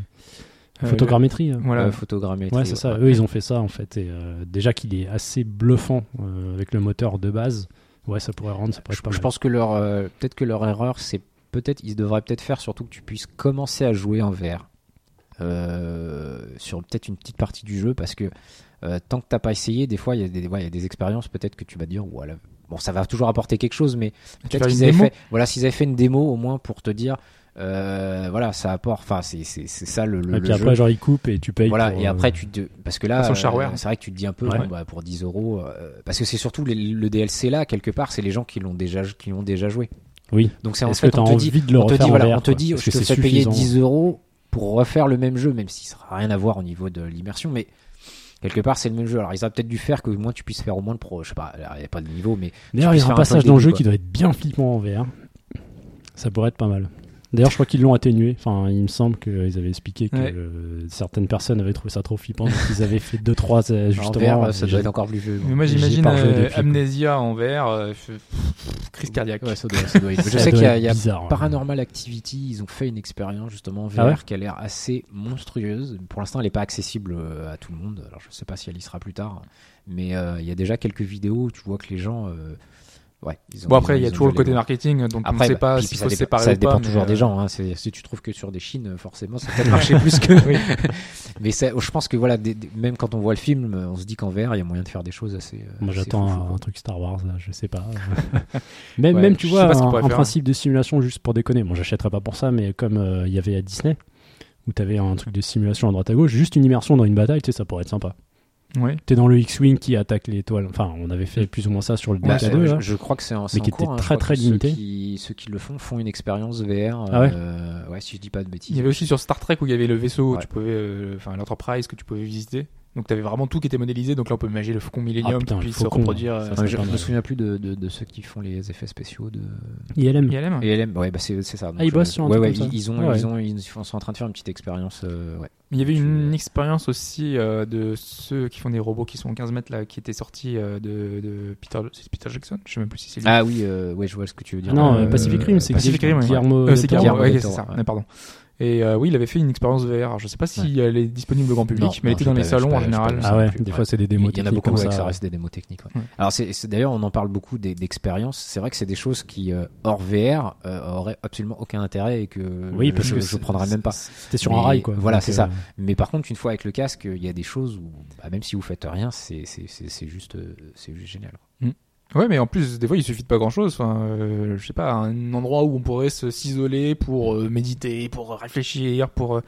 Speaker 1: Euh,
Speaker 2: photogrammétrie. hein.
Speaker 1: Voilà.
Speaker 3: euh, photogrammétrie,
Speaker 2: Ouais, c'est ça. Eux, ils ont fait ça en fait. Et euh, déjà qu'il est assez bluffant euh, avec le moteur de base. Ouais, ça pourrait rendre. Ça pourrait
Speaker 3: Je,
Speaker 2: être pas
Speaker 3: je
Speaker 2: mal.
Speaker 3: pense que leur, euh, peut-être que leur erreur, c'est peut-être, ils devraient peut-être faire surtout que tu puisses commencer à jouer en VR euh, sur peut-être une petite partie du jeu, parce que euh, tant que t'as pas essayé, des fois il y a des, ouais, il y a des expériences peut-être que tu vas dire, voilà, bon, ça va toujours apporter quelque chose, mais peut-être
Speaker 1: fais
Speaker 3: qu'ils
Speaker 1: une
Speaker 3: avaient
Speaker 1: démo
Speaker 3: fait, voilà, s'ils avaient fait une démo au moins pour te dire, euh, voilà, ça apporte, enfin, c'est c'est- c'est ça le, le-
Speaker 2: Et
Speaker 3: le
Speaker 2: puis
Speaker 3: jeu.
Speaker 2: après, genre, ils coupent et tu payes.
Speaker 3: Voilà,
Speaker 2: pour,
Speaker 3: et
Speaker 2: euh,
Speaker 3: après, tu te... parce que là,
Speaker 1: façon,
Speaker 3: euh,
Speaker 1: le shareware.
Speaker 3: c'est vrai que tu te dis un peu,
Speaker 2: Ouais.
Speaker 3: bon, bah, pour 10 euros, euh, parce que c'est surtout les- le DLC là, quelque part, c'est les gens qui l'ont déjà, qui l'ont déjà joué.
Speaker 2: Oui.
Speaker 3: Donc c'est en
Speaker 2: Est-ce
Speaker 3: fait,
Speaker 2: que t'as
Speaker 3: on te
Speaker 2: envie
Speaker 3: dit,
Speaker 2: de le
Speaker 3: on te
Speaker 2: refaire
Speaker 3: dit,
Speaker 2: en
Speaker 3: voilà,
Speaker 2: VR,
Speaker 3: on te
Speaker 2: quoi
Speaker 3: dit,
Speaker 2: Parce
Speaker 3: je
Speaker 2: que
Speaker 3: te
Speaker 2: c'est
Speaker 3: fais payer
Speaker 2: suffisant.
Speaker 3: 10 euros pour refaire le même jeu, même s'il sera rien à voir au niveau de l'immersion, mais quelque part c'est le même jeu. Alors ils auraient peut-être dû faire que au moins tu puisses faire au moins le pro, je sais pas, il n'y a pas de niveau, mais
Speaker 2: D'ailleurs, il y
Speaker 3: puisses
Speaker 2: a un
Speaker 3: faire un
Speaker 2: passage
Speaker 3: peu
Speaker 2: dans le
Speaker 3: le
Speaker 2: jeu
Speaker 3: début,
Speaker 2: qui doit être bien flippant en VR. Ça pourrait être pas mal. D'ailleurs, je crois qu'ils l'ont atténué. Enfin, il me semble qu'ils avaient expliqué que
Speaker 1: Ouais.
Speaker 2: euh, certaines personnes avaient trouvé ça trop flippant. donc ils avaient fait 2-3 euh,
Speaker 3: Alors, en
Speaker 2: justement.
Speaker 3: VR, ça
Speaker 2: euh,
Speaker 3: doit être encore plus vieux.
Speaker 1: Mais moi
Speaker 2: J'y ai
Speaker 1: j'imagine
Speaker 2: pas rejoué
Speaker 1: euh,
Speaker 2: depuis, quoi.
Speaker 1: Amnesia en vert, euh, je- pff, crise cardiaque.
Speaker 3: Ouais, ça doit-
Speaker 2: <laughs>
Speaker 3: ça doit être-
Speaker 2: ça
Speaker 3: Je sais
Speaker 2: doit
Speaker 3: qu'il y a,
Speaker 2: être
Speaker 3: il y a
Speaker 2: bizarre, hein. ouais.
Speaker 3: Paranormal Activity, ils ont fait une expérience justement VR
Speaker 2: Ah ouais
Speaker 3: qui a l'air assez monstrueuse. Pour l'instant, elle n'est pas accessible euh, à tout le monde. Alors, je ne sais pas si elle y sera plus tard, mais euh, il y a déjà quelques vidéos où tu vois que les gens. euh, ouais, ils ont-
Speaker 1: Bon après il y
Speaker 3: ils
Speaker 1: a
Speaker 3: ont
Speaker 1: toujours le
Speaker 3: dû
Speaker 1: côté
Speaker 3: aller voir.
Speaker 1: marketing, donc on
Speaker 3: Après,
Speaker 1: ne sait
Speaker 3: bah,
Speaker 1: pas
Speaker 3: puis-
Speaker 1: s'il
Speaker 3: puis
Speaker 1: faut se
Speaker 3: ça dépend,
Speaker 1: séparer
Speaker 3: ça
Speaker 1: ou
Speaker 3: dépend
Speaker 1: pas, mais,
Speaker 3: toujours des
Speaker 1: euh,
Speaker 3: gens. hein. C'est- Si tu trouves que sur des Chines, euh, forcément, ça
Speaker 1: <laughs>
Speaker 3: peut marcher plus que. <laughs> Mais ça- je pense que voilà, des- des- même quand on voit le film, on se dit qu'en VR, il y a moyen de faire des choses assez. euh,
Speaker 2: Moi,
Speaker 3: assez
Speaker 2: j'attends
Speaker 3: fou,
Speaker 2: un,
Speaker 3: quoi.
Speaker 2: un truc Star Wars, là, je sais pas. <laughs> même,
Speaker 1: Ouais,
Speaker 2: même, tu
Speaker 1: je sais
Speaker 2: vois,
Speaker 1: pas ce qu'on
Speaker 2: un,
Speaker 1: pourrait
Speaker 2: un
Speaker 3: hein.
Speaker 1: faire.
Speaker 2: principe de simulation juste pour déconner. Bon, j'achèterais pas pour ça, mais comme euh, il y avait à Disney, où t'avais un truc de simulation à droite à gauche, juste une immersion dans une bataille, tu sais, ça pourrait être sympa.
Speaker 1: Ouais.
Speaker 2: T'es dans le X-Wing qui attaque l'étoile. Enfin, on avait fait plus ou moins ça sur le
Speaker 3: Ouais,
Speaker 2: Delta
Speaker 3: c'est-
Speaker 2: 2.
Speaker 3: Bah, je-
Speaker 2: là.
Speaker 3: je, crois que c'est en, c'est
Speaker 2: Mais
Speaker 3: en
Speaker 2: qui était
Speaker 3: cours, hein. Je
Speaker 2: très, très
Speaker 3: crois que
Speaker 2: limité.
Speaker 3: Ceux qui, ceux qui le font font une expérience VR.
Speaker 2: Ah ouais
Speaker 3: euh, ouais, si je dis pas de bêtises.
Speaker 1: Il y avait aussi sur Star Trek où il y avait le vaisseau, où
Speaker 3: Ouais.
Speaker 1: tu pouvais, euh, enfin l'Enterprise que tu pouvais visiter. Donc tu avais vraiment tout qui était modélisé. Donc là on peut imaginer le Faucon Millennium
Speaker 2: Ah, putain,
Speaker 1: qui
Speaker 2: le
Speaker 1: puisse se
Speaker 2: Faucon,
Speaker 1: reproduire.
Speaker 2: ça,
Speaker 1: euh,
Speaker 2: c'est
Speaker 3: Ouais, je,
Speaker 2: pas
Speaker 3: je me
Speaker 2: mal.
Speaker 3: souviens plus de, de- de ceux qui font les effets spéciaux de
Speaker 2: ILM.
Speaker 1: ILM.
Speaker 3: ELM. Ouais, bah c'est c'est ça. donc
Speaker 2: Ah, ils
Speaker 3: je-
Speaker 2: bossent sur un
Speaker 3: ouais,
Speaker 2: truc
Speaker 3: ouais,
Speaker 2: comme ça. Ah,
Speaker 3: ils, ils ont,
Speaker 2: Ouais.
Speaker 3: ils ont, ils sont sont en train de faire une petite expérience. euh, ouais.
Speaker 1: Mais Il y avait une
Speaker 3: Je-
Speaker 1: expérience aussi euh, de ceux qui font des robots qui sont 15 mètres là, qui était sorti euh, de, de Peter, c'est Peter Jackson. Je sais même plus si c'est lui.
Speaker 3: Ah oui, euh, ouais, je vois ce que tu veux dire.
Speaker 2: Ah non,
Speaker 1: euh,
Speaker 2: Pacific Rim, c'est
Speaker 1: Pacific Rim, ouais.
Speaker 2: Guillermo.
Speaker 1: Euh, c'est
Speaker 2: del Toro.
Speaker 1: Guillermo,
Speaker 3: Guillermo del
Speaker 1: ouais, c'est
Speaker 3: Toro,
Speaker 1: ça.
Speaker 3: ouais.
Speaker 1: Ah, Pardon. Et euh, oui, il avait fait une expérience VR. Je sais pas si elle est disponible au grand public,
Speaker 3: Non,
Speaker 1: mais elle
Speaker 3: non,
Speaker 1: était dans
Speaker 3: j'ai
Speaker 1: les
Speaker 3: pas-
Speaker 1: salons
Speaker 3: j'ai
Speaker 1: en
Speaker 3: pas-
Speaker 1: général.
Speaker 3: j'ai
Speaker 2: Ah ouais,
Speaker 3: plus,
Speaker 2: des
Speaker 3: ouais.
Speaker 2: fois c'est des démos.
Speaker 3: Il y en a
Speaker 2: techniques
Speaker 3: beaucoup,
Speaker 2: comme
Speaker 3: ouais, que ça reste des démos techniques. ouais.
Speaker 1: Ouais.
Speaker 3: Alors, c'est, c'est- d'ailleurs, on en parle beaucoup des- d'expériences. C'est vrai que c'est des choses qui, euh, hors VR, euh, auraient absolument aucun intérêt et que
Speaker 2: Oui,
Speaker 3: euh,
Speaker 2: parce
Speaker 3: je,
Speaker 2: que
Speaker 3: je
Speaker 2: c'est-
Speaker 3: prendrais même pas.
Speaker 2: C'était sur un
Speaker 3: Mais
Speaker 2: rail quoi.
Speaker 3: voilà,
Speaker 2: Donc,
Speaker 3: c'est ça.
Speaker 2: euh,
Speaker 3: Mais par contre, une fois avec le casque, il y a des choses où, bah, même si vous faites rien, c'est c'est- c'est- c'est juste, euh, c'est juste génial.
Speaker 1: Ouais, mais en plus, des fois, il suffit de pas grand chose. Enfin, euh, je sais pas, un endroit où on pourrait se s'isoler pour euh, méditer, pour réfléchir, pour. euh,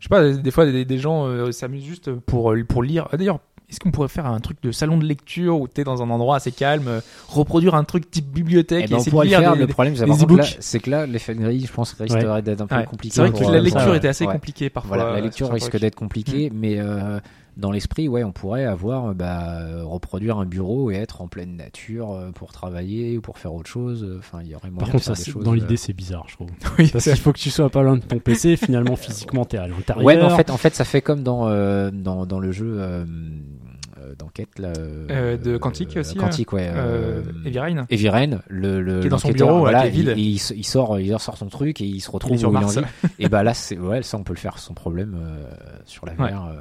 Speaker 1: je sais pas, des fois, des, des gens euh, s'amusent juste pour, euh, pour lire. Ah, D'ailleurs, est-ce qu'on pourrait faire un truc de salon de lecture où t'es dans un endroit assez calme, euh, reproduire un truc type bibliothèque
Speaker 3: Eh
Speaker 1: et,
Speaker 3: ben, on
Speaker 1: essayer de
Speaker 3: pourrait le
Speaker 1: lire
Speaker 3: faire.
Speaker 1: des-
Speaker 3: le
Speaker 1: des-
Speaker 3: problème, c'est
Speaker 1: des
Speaker 3: par contre, là,
Speaker 1: e-books.
Speaker 3: c'est que là, l'effet de grille, je pense, risque
Speaker 2: Ouais.
Speaker 3: d'être un peu
Speaker 1: Ouais.
Speaker 3: compliqué.
Speaker 1: C'est vrai
Speaker 3: pour,
Speaker 1: que
Speaker 3: euh,
Speaker 1: la
Speaker 3: pour
Speaker 1: lecture
Speaker 3: ça,
Speaker 1: était assez
Speaker 3: ouais.
Speaker 1: compliquée parfois. Mm.
Speaker 3: Voilà, la
Speaker 1: euh,
Speaker 3: lecture
Speaker 1: sur un
Speaker 3: risque
Speaker 1: truc.
Speaker 3: d'être compliquée, mais euh, dans l'esprit, ouais, on pourrait avoir euh, bah, euh, reproduire un bureau et être en pleine nature euh, pour travailler ou pour faire autre chose. Enfin, il y aurait moyen
Speaker 2: Par
Speaker 3: de
Speaker 2: contre, ça,
Speaker 3: faire des
Speaker 2: c'est-
Speaker 3: choses,
Speaker 2: dans
Speaker 3: euh,
Speaker 2: l'idée, c'est bizarre, je trouve.
Speaker 1: Oui,
Speaker 2: <laughs> Parce qu'il faut que tu sois pas loin de ton PC, finalement, physiquement, t'es à l'intérieur.
Speaker 3: Ouais, mais en fait, en fait, ça fait comme dans euh, dans, dans le jeu euh, euh, d'enquête là. euh,
Speaker 1: Euh, de Quantique aussi,
Speaker 3: Quantique, ouais.
Speaker 1: euh,
Speaker 3: euh,
Speaker 1: Heavy Rain.
Speaker 3: Heavy Rain, le, le
Speaker 1: Qui est dans son
Speaker 3: l'enquêteur,
Speaker 1: bureau,
Speaker 3: voilà,
Speaker 1: là, qui est vide.
Speaker 3: il, il s- il sort, il sort son truc et il se retrouve
Speaker 1: Il est sur
Speaker 3: où il
Speaker 1: Mars. <laughs>
Speaker 3: en vit. et bah là, c'est ouais, ça on peut le faire sans problème euh, sur la VR.
Speaker 1: Ouais.
Speaker 3: euh,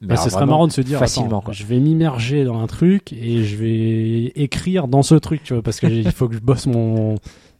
Speaker 3: mais
Speaker 2: Bah, ce
Speaker 3: alors
Speaker 2: serait
Speaker 3: vraiment,
Speaker 2: marrant de se dire,
Speaker 3: facilement,
Speaker 2: attends,
Speaker 3: quoi.
Speaker 2: je vais m'immerger dans un truc et je vais écrire dans ce truc, tu vois, parce que j'ai- il faut que je bosse mon.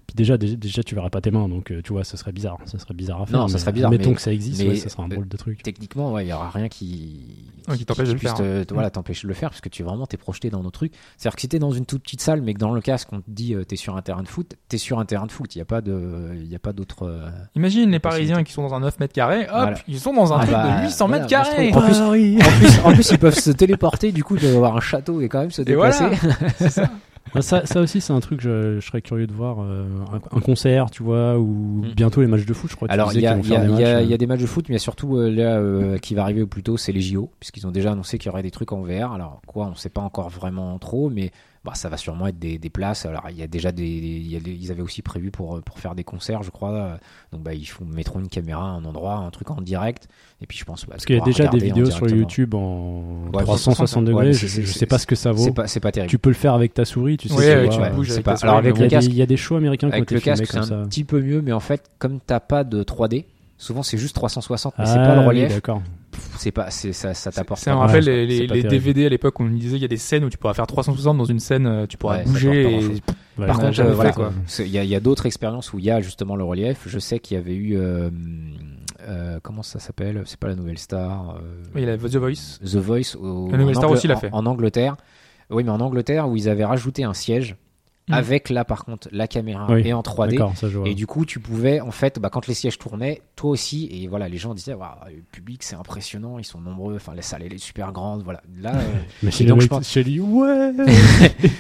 Speaker 2: Puis déjà, dé- déjà, tu verras pas tes mains, donc euh, tu vois, ce serait bizarre. Ça serait bizarre à faire.
Speaker 3: Non, ça
Speaker 2: mais
Speaker 3: serait bizarre,
Speaker 2: Mettons
Speaker 3: mais-
Speaker 2: que ça existe,
Speaker 3: mais- euh,
Speaker 2: ouais, ça serait un drôle de truc.
Speaker 3: techniquement, ouais, il y aura rien qui
Speaker 1: Ouais, qui t'empêche de le
Speaker 3: puisse
Speaker 1: faire, hein. Mm.
Speaker 3: te- te- voilà, t'empêche de le faire parce que tu vraiment t'es projeté dans nos trucs. C'est-à-dire que si t'es dans une toute petite salle, mais que dans le casque on te dit euh, t'es sur un terrain de foot, t'es sur un terrain de foot. Il y a pas de, il y a pas
Speaker 1: <laughs>
Speaker 3: d'autre. euh,
Speaker 1: Imagine les
Speaker 3: Possibilité.
Speaker 1: Parisiens qui sont dans un 9 mètres carrés, hop,
Speaker 3: Voilà.
Speaker 1: ils sont dans un
Speaker 3: Ah
Speaker 1: truc
Speaker 3: bah,
Speaker 1: de 800
Speaker 3: voilà,
Speaker 1: mètres
Speaker 3: moi, je
Speaker 1: carrés.
Speaker 3: trouve- En plus-
Speaker 2: Paris
Speaker 3: En plus, en plus, ils peuvent se téléporter. Du coup, ils peuvent avoir un château et quand même se déplacer.
Speaker 1: voilà.
Speaker 2: Ah, ça, ça aussi, c'est un truc, je, je serais curieux de voir. euh, un, un concert, tu vois, ou
Speaker 3: Mm.
Speaker 2: bientôt les matchs de foot, je crois. tu
Speaker 3: Alors,
Speaker 2: disais
Speaker 3: il y, a-
Speaker 2: qu'ils vont
Speaker 3: il y a-
Speaker 2: faire des
Speaker 3: il y a-
Speaker 2: matchs, euh,
Speaker 3: il y a des matchs de foot, mais il y a surtout euh, là euh, qui va arriver au plus tôt, c'est les JO, puisqu'ils ont déjà annoncé qu'il y aurait des trucs en VR. Alors, quoi, on ne sait pas encore vraiment trop, mais bah, ça va sûrement être des, des places. Alors, il y a déjà des, il y a des- ils avaient aussi prévu pour, euh, pour faire des concerts, je crois. Euh, Donc, bah, ils font, mettront une caméra à un endroit, un truc en direct. Et puis, je pense. bah,
Speaker 2: Parce qu'il y a
Speaker 3: tu
Speaker 2: déjà
Speaker 3: pourras
Speaker 2: des
Speaker 3: regarder en
Speaker 2: vidéos sur
Speaker 3: directement.
Speaker 2: YouTube en
Speaker 3: Ouais,
Speaker 2: 360
Speaker 3: ouais,
Speaker 2: degrés,
Speaker 3: mais
Speaker 2: je,
Speaker 3: c'est-
Speaker 2: je
Speaker 3: c'est-
Speaker 2: sais pas ce que ça vaut.
Speaker 3: C'est pas, c'est pas terrible.
Speaker 2: Tu peux le faire avec ta souris, tu sais.
Speaker 1: Ouais,
Speaker 2: c'est
Speaker 1: ouais,
Speaker 2: pas-
Speaker 1: tu
Speaker 2: euh,
Speaker 1: bouges
Speaker 3: c'est
Speaker 1: avec
Speaker 3: pas-
Speaker 1: ta souris.
Speaker 3: alors avec
Speaker 2: Il y,
Speaker 3: le
Speaker 2: a des-
Speaker 3: casque.
Speaker 2: il y a des shows américains qui ont
Speaker 3: Avec
Speaker 2: été
Speaker 3: le
Speaker 2: filmés
Speaker 3: casque, c'est
Speaker 2: comme
Speaker 3: un
Speaker 2: ça.
Speaker 3: petit peu mieux, mais en fait, comme t'as pas de 3D, souvent c'est juste 360, mais c'est
Speaker 2: Ah
Speaker 3: pas le
Speaker 2: oui,
Speaker 3: relief.
Speaker 2: d'accord.
Speaker 3: Pff, c'est pas, c'est ça, ça t'apporte.
Speaker 1: Ça me
Speaker 3: pas
Speaker 1: rappelle
Speaker 2: grand-chose,
Speaker 1: les,
Speaker 2: quoi.
Speaker 1: les-
Speaker 2: C'est pas
Speaker 1: les
Speaker 2: terrible.
Speaker 1: DVD à l'époque où on disait il y a des scènes où tu pourras faire 360 dans une scène, euh, tu pourras
Speaker 3: Ouais, ça porte pas
Speaker 1: bouger.
Speaker 3: grand-chose.
Speaker 1: Et...
Speaker 2: Ouais,
Speaker 3: Par
Speaker 1: on
Speaker 2: ouais,
Speaker 1: a
Speaker 3: contre,
Speaker 1: jamais
Speaker 3: euh,
Speaker 1: fait,
Speaker 3: voilà,
Speaker 1: quoi.
Speaker 3: c'est- il y a, il y a d'autres expériences où il y a justement le relief. Je sais qu'il y avait eu, euh, euh, comment ça s'appelle C'est pas la Nouvelle Star. euh,
Speaker 1: Oui, la The Voice.
Speaker 3: The Voice au-
Speaker 1: La Nouvelle
Speaker 3: en
Speaker 1: Star
Speaker 3: Angl-
Speaker 1: aussi l'a
Speaker 3: en-
Speaker 1: fait.
Speaker 3: En Angleterre. Oui, mais en Angleterre, où ils avaient rajouté un siège
Speaker 1: Mm.
Speaker 3: avec là par contre la caméra
Speaker 2: Oui,
Speaker 3: et en 3D.
Speaker 2: D'accord, ça je vois.
Speaker 3: Et du coup, tu pouvais, en fait, bah, quand les sièges tournaient, toi aussi, et voilà, les gens disaient, Waouh, le public, c'est impressionnant, ils sont nombreux, enfin, la salle, elle est super grande, voilà. Là,
Speaker 1: <laughs>
Speaker 3: euh,
Speaker 2: Mais si
Speaker 3: et donc,
Speaker 2: donc
Speaker 3: je
Speaker 2: je
Speaker 3: pense-
Speaker 2: chez lui,
Speaker 3: <laughs>
Speaker 2: ouais,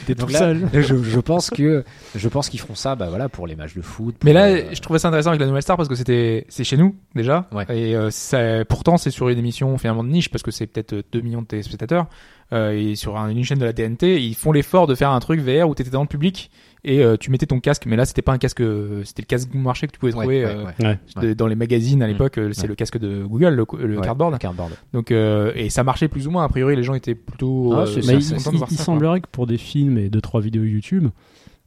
Speaker 2: t'es
Speaker 3: donc
Speaker 2: tout
Speaker 3: là,
Speaker 2: seul.
Speaker 3: <laughs> je, je pense que, je pense qu'ils feront ça, bah voilà, pour les matchs de foot. pour,
Speaker 1: Mais là,
Speaker 3: euh,
Speaker 1: je trouvais ça intéressant avec la Nouvelle Star parce que c'était c'est chez nous déjà,
Speaker 3: Ouais.
Speaker 1: et euh, ça, pourtant c'est sur une émission finalement de niche parce que c'est peut-être euh, 2 millions de téléspectateurs euh, et sur un- une chaîne de la TNT, ils font l'effort de faire un truc VR où t'étais dans le public et euh, tu mettais ton casque, mais là c'était pas un casque, euh, c'était le casque bon marché que tu pouvais
Speaker 3: ouais,
Speaker 1: trouver
Speaker 3: ouais,
Speaker 1: euh,
Speaker 3: ouais.
Speaker 1: de- dans les magazines à
Speaker 3: Mm.
Speaker 1: l'époque, euh, c'est
Speaker 3: Ouais.
Speaker 1: le casque de Google, le, le
Speaker 3: Ouais,
Speaker 1: cardboard.
Speaker 3: le cardboard.
Speaker 1: Donc euh, et ça marchait plus ou moins. A priori, les gens étaient plutôt
Speaker 3: Ah,
Speaker 1: euh,
Speaker 3: c'est
Speaker 2: Mais
Speaker 3: ça,
Speaker 2: il,
Speaker 3: c'est-
Speaker 1: contents de
Speaker 2: il-
Speaker 1: voir
Speaker 2: il
Speaker 1: ça, quoi.
Speaker 2: semblerait que pour des films et deux trois vidéos YouTube,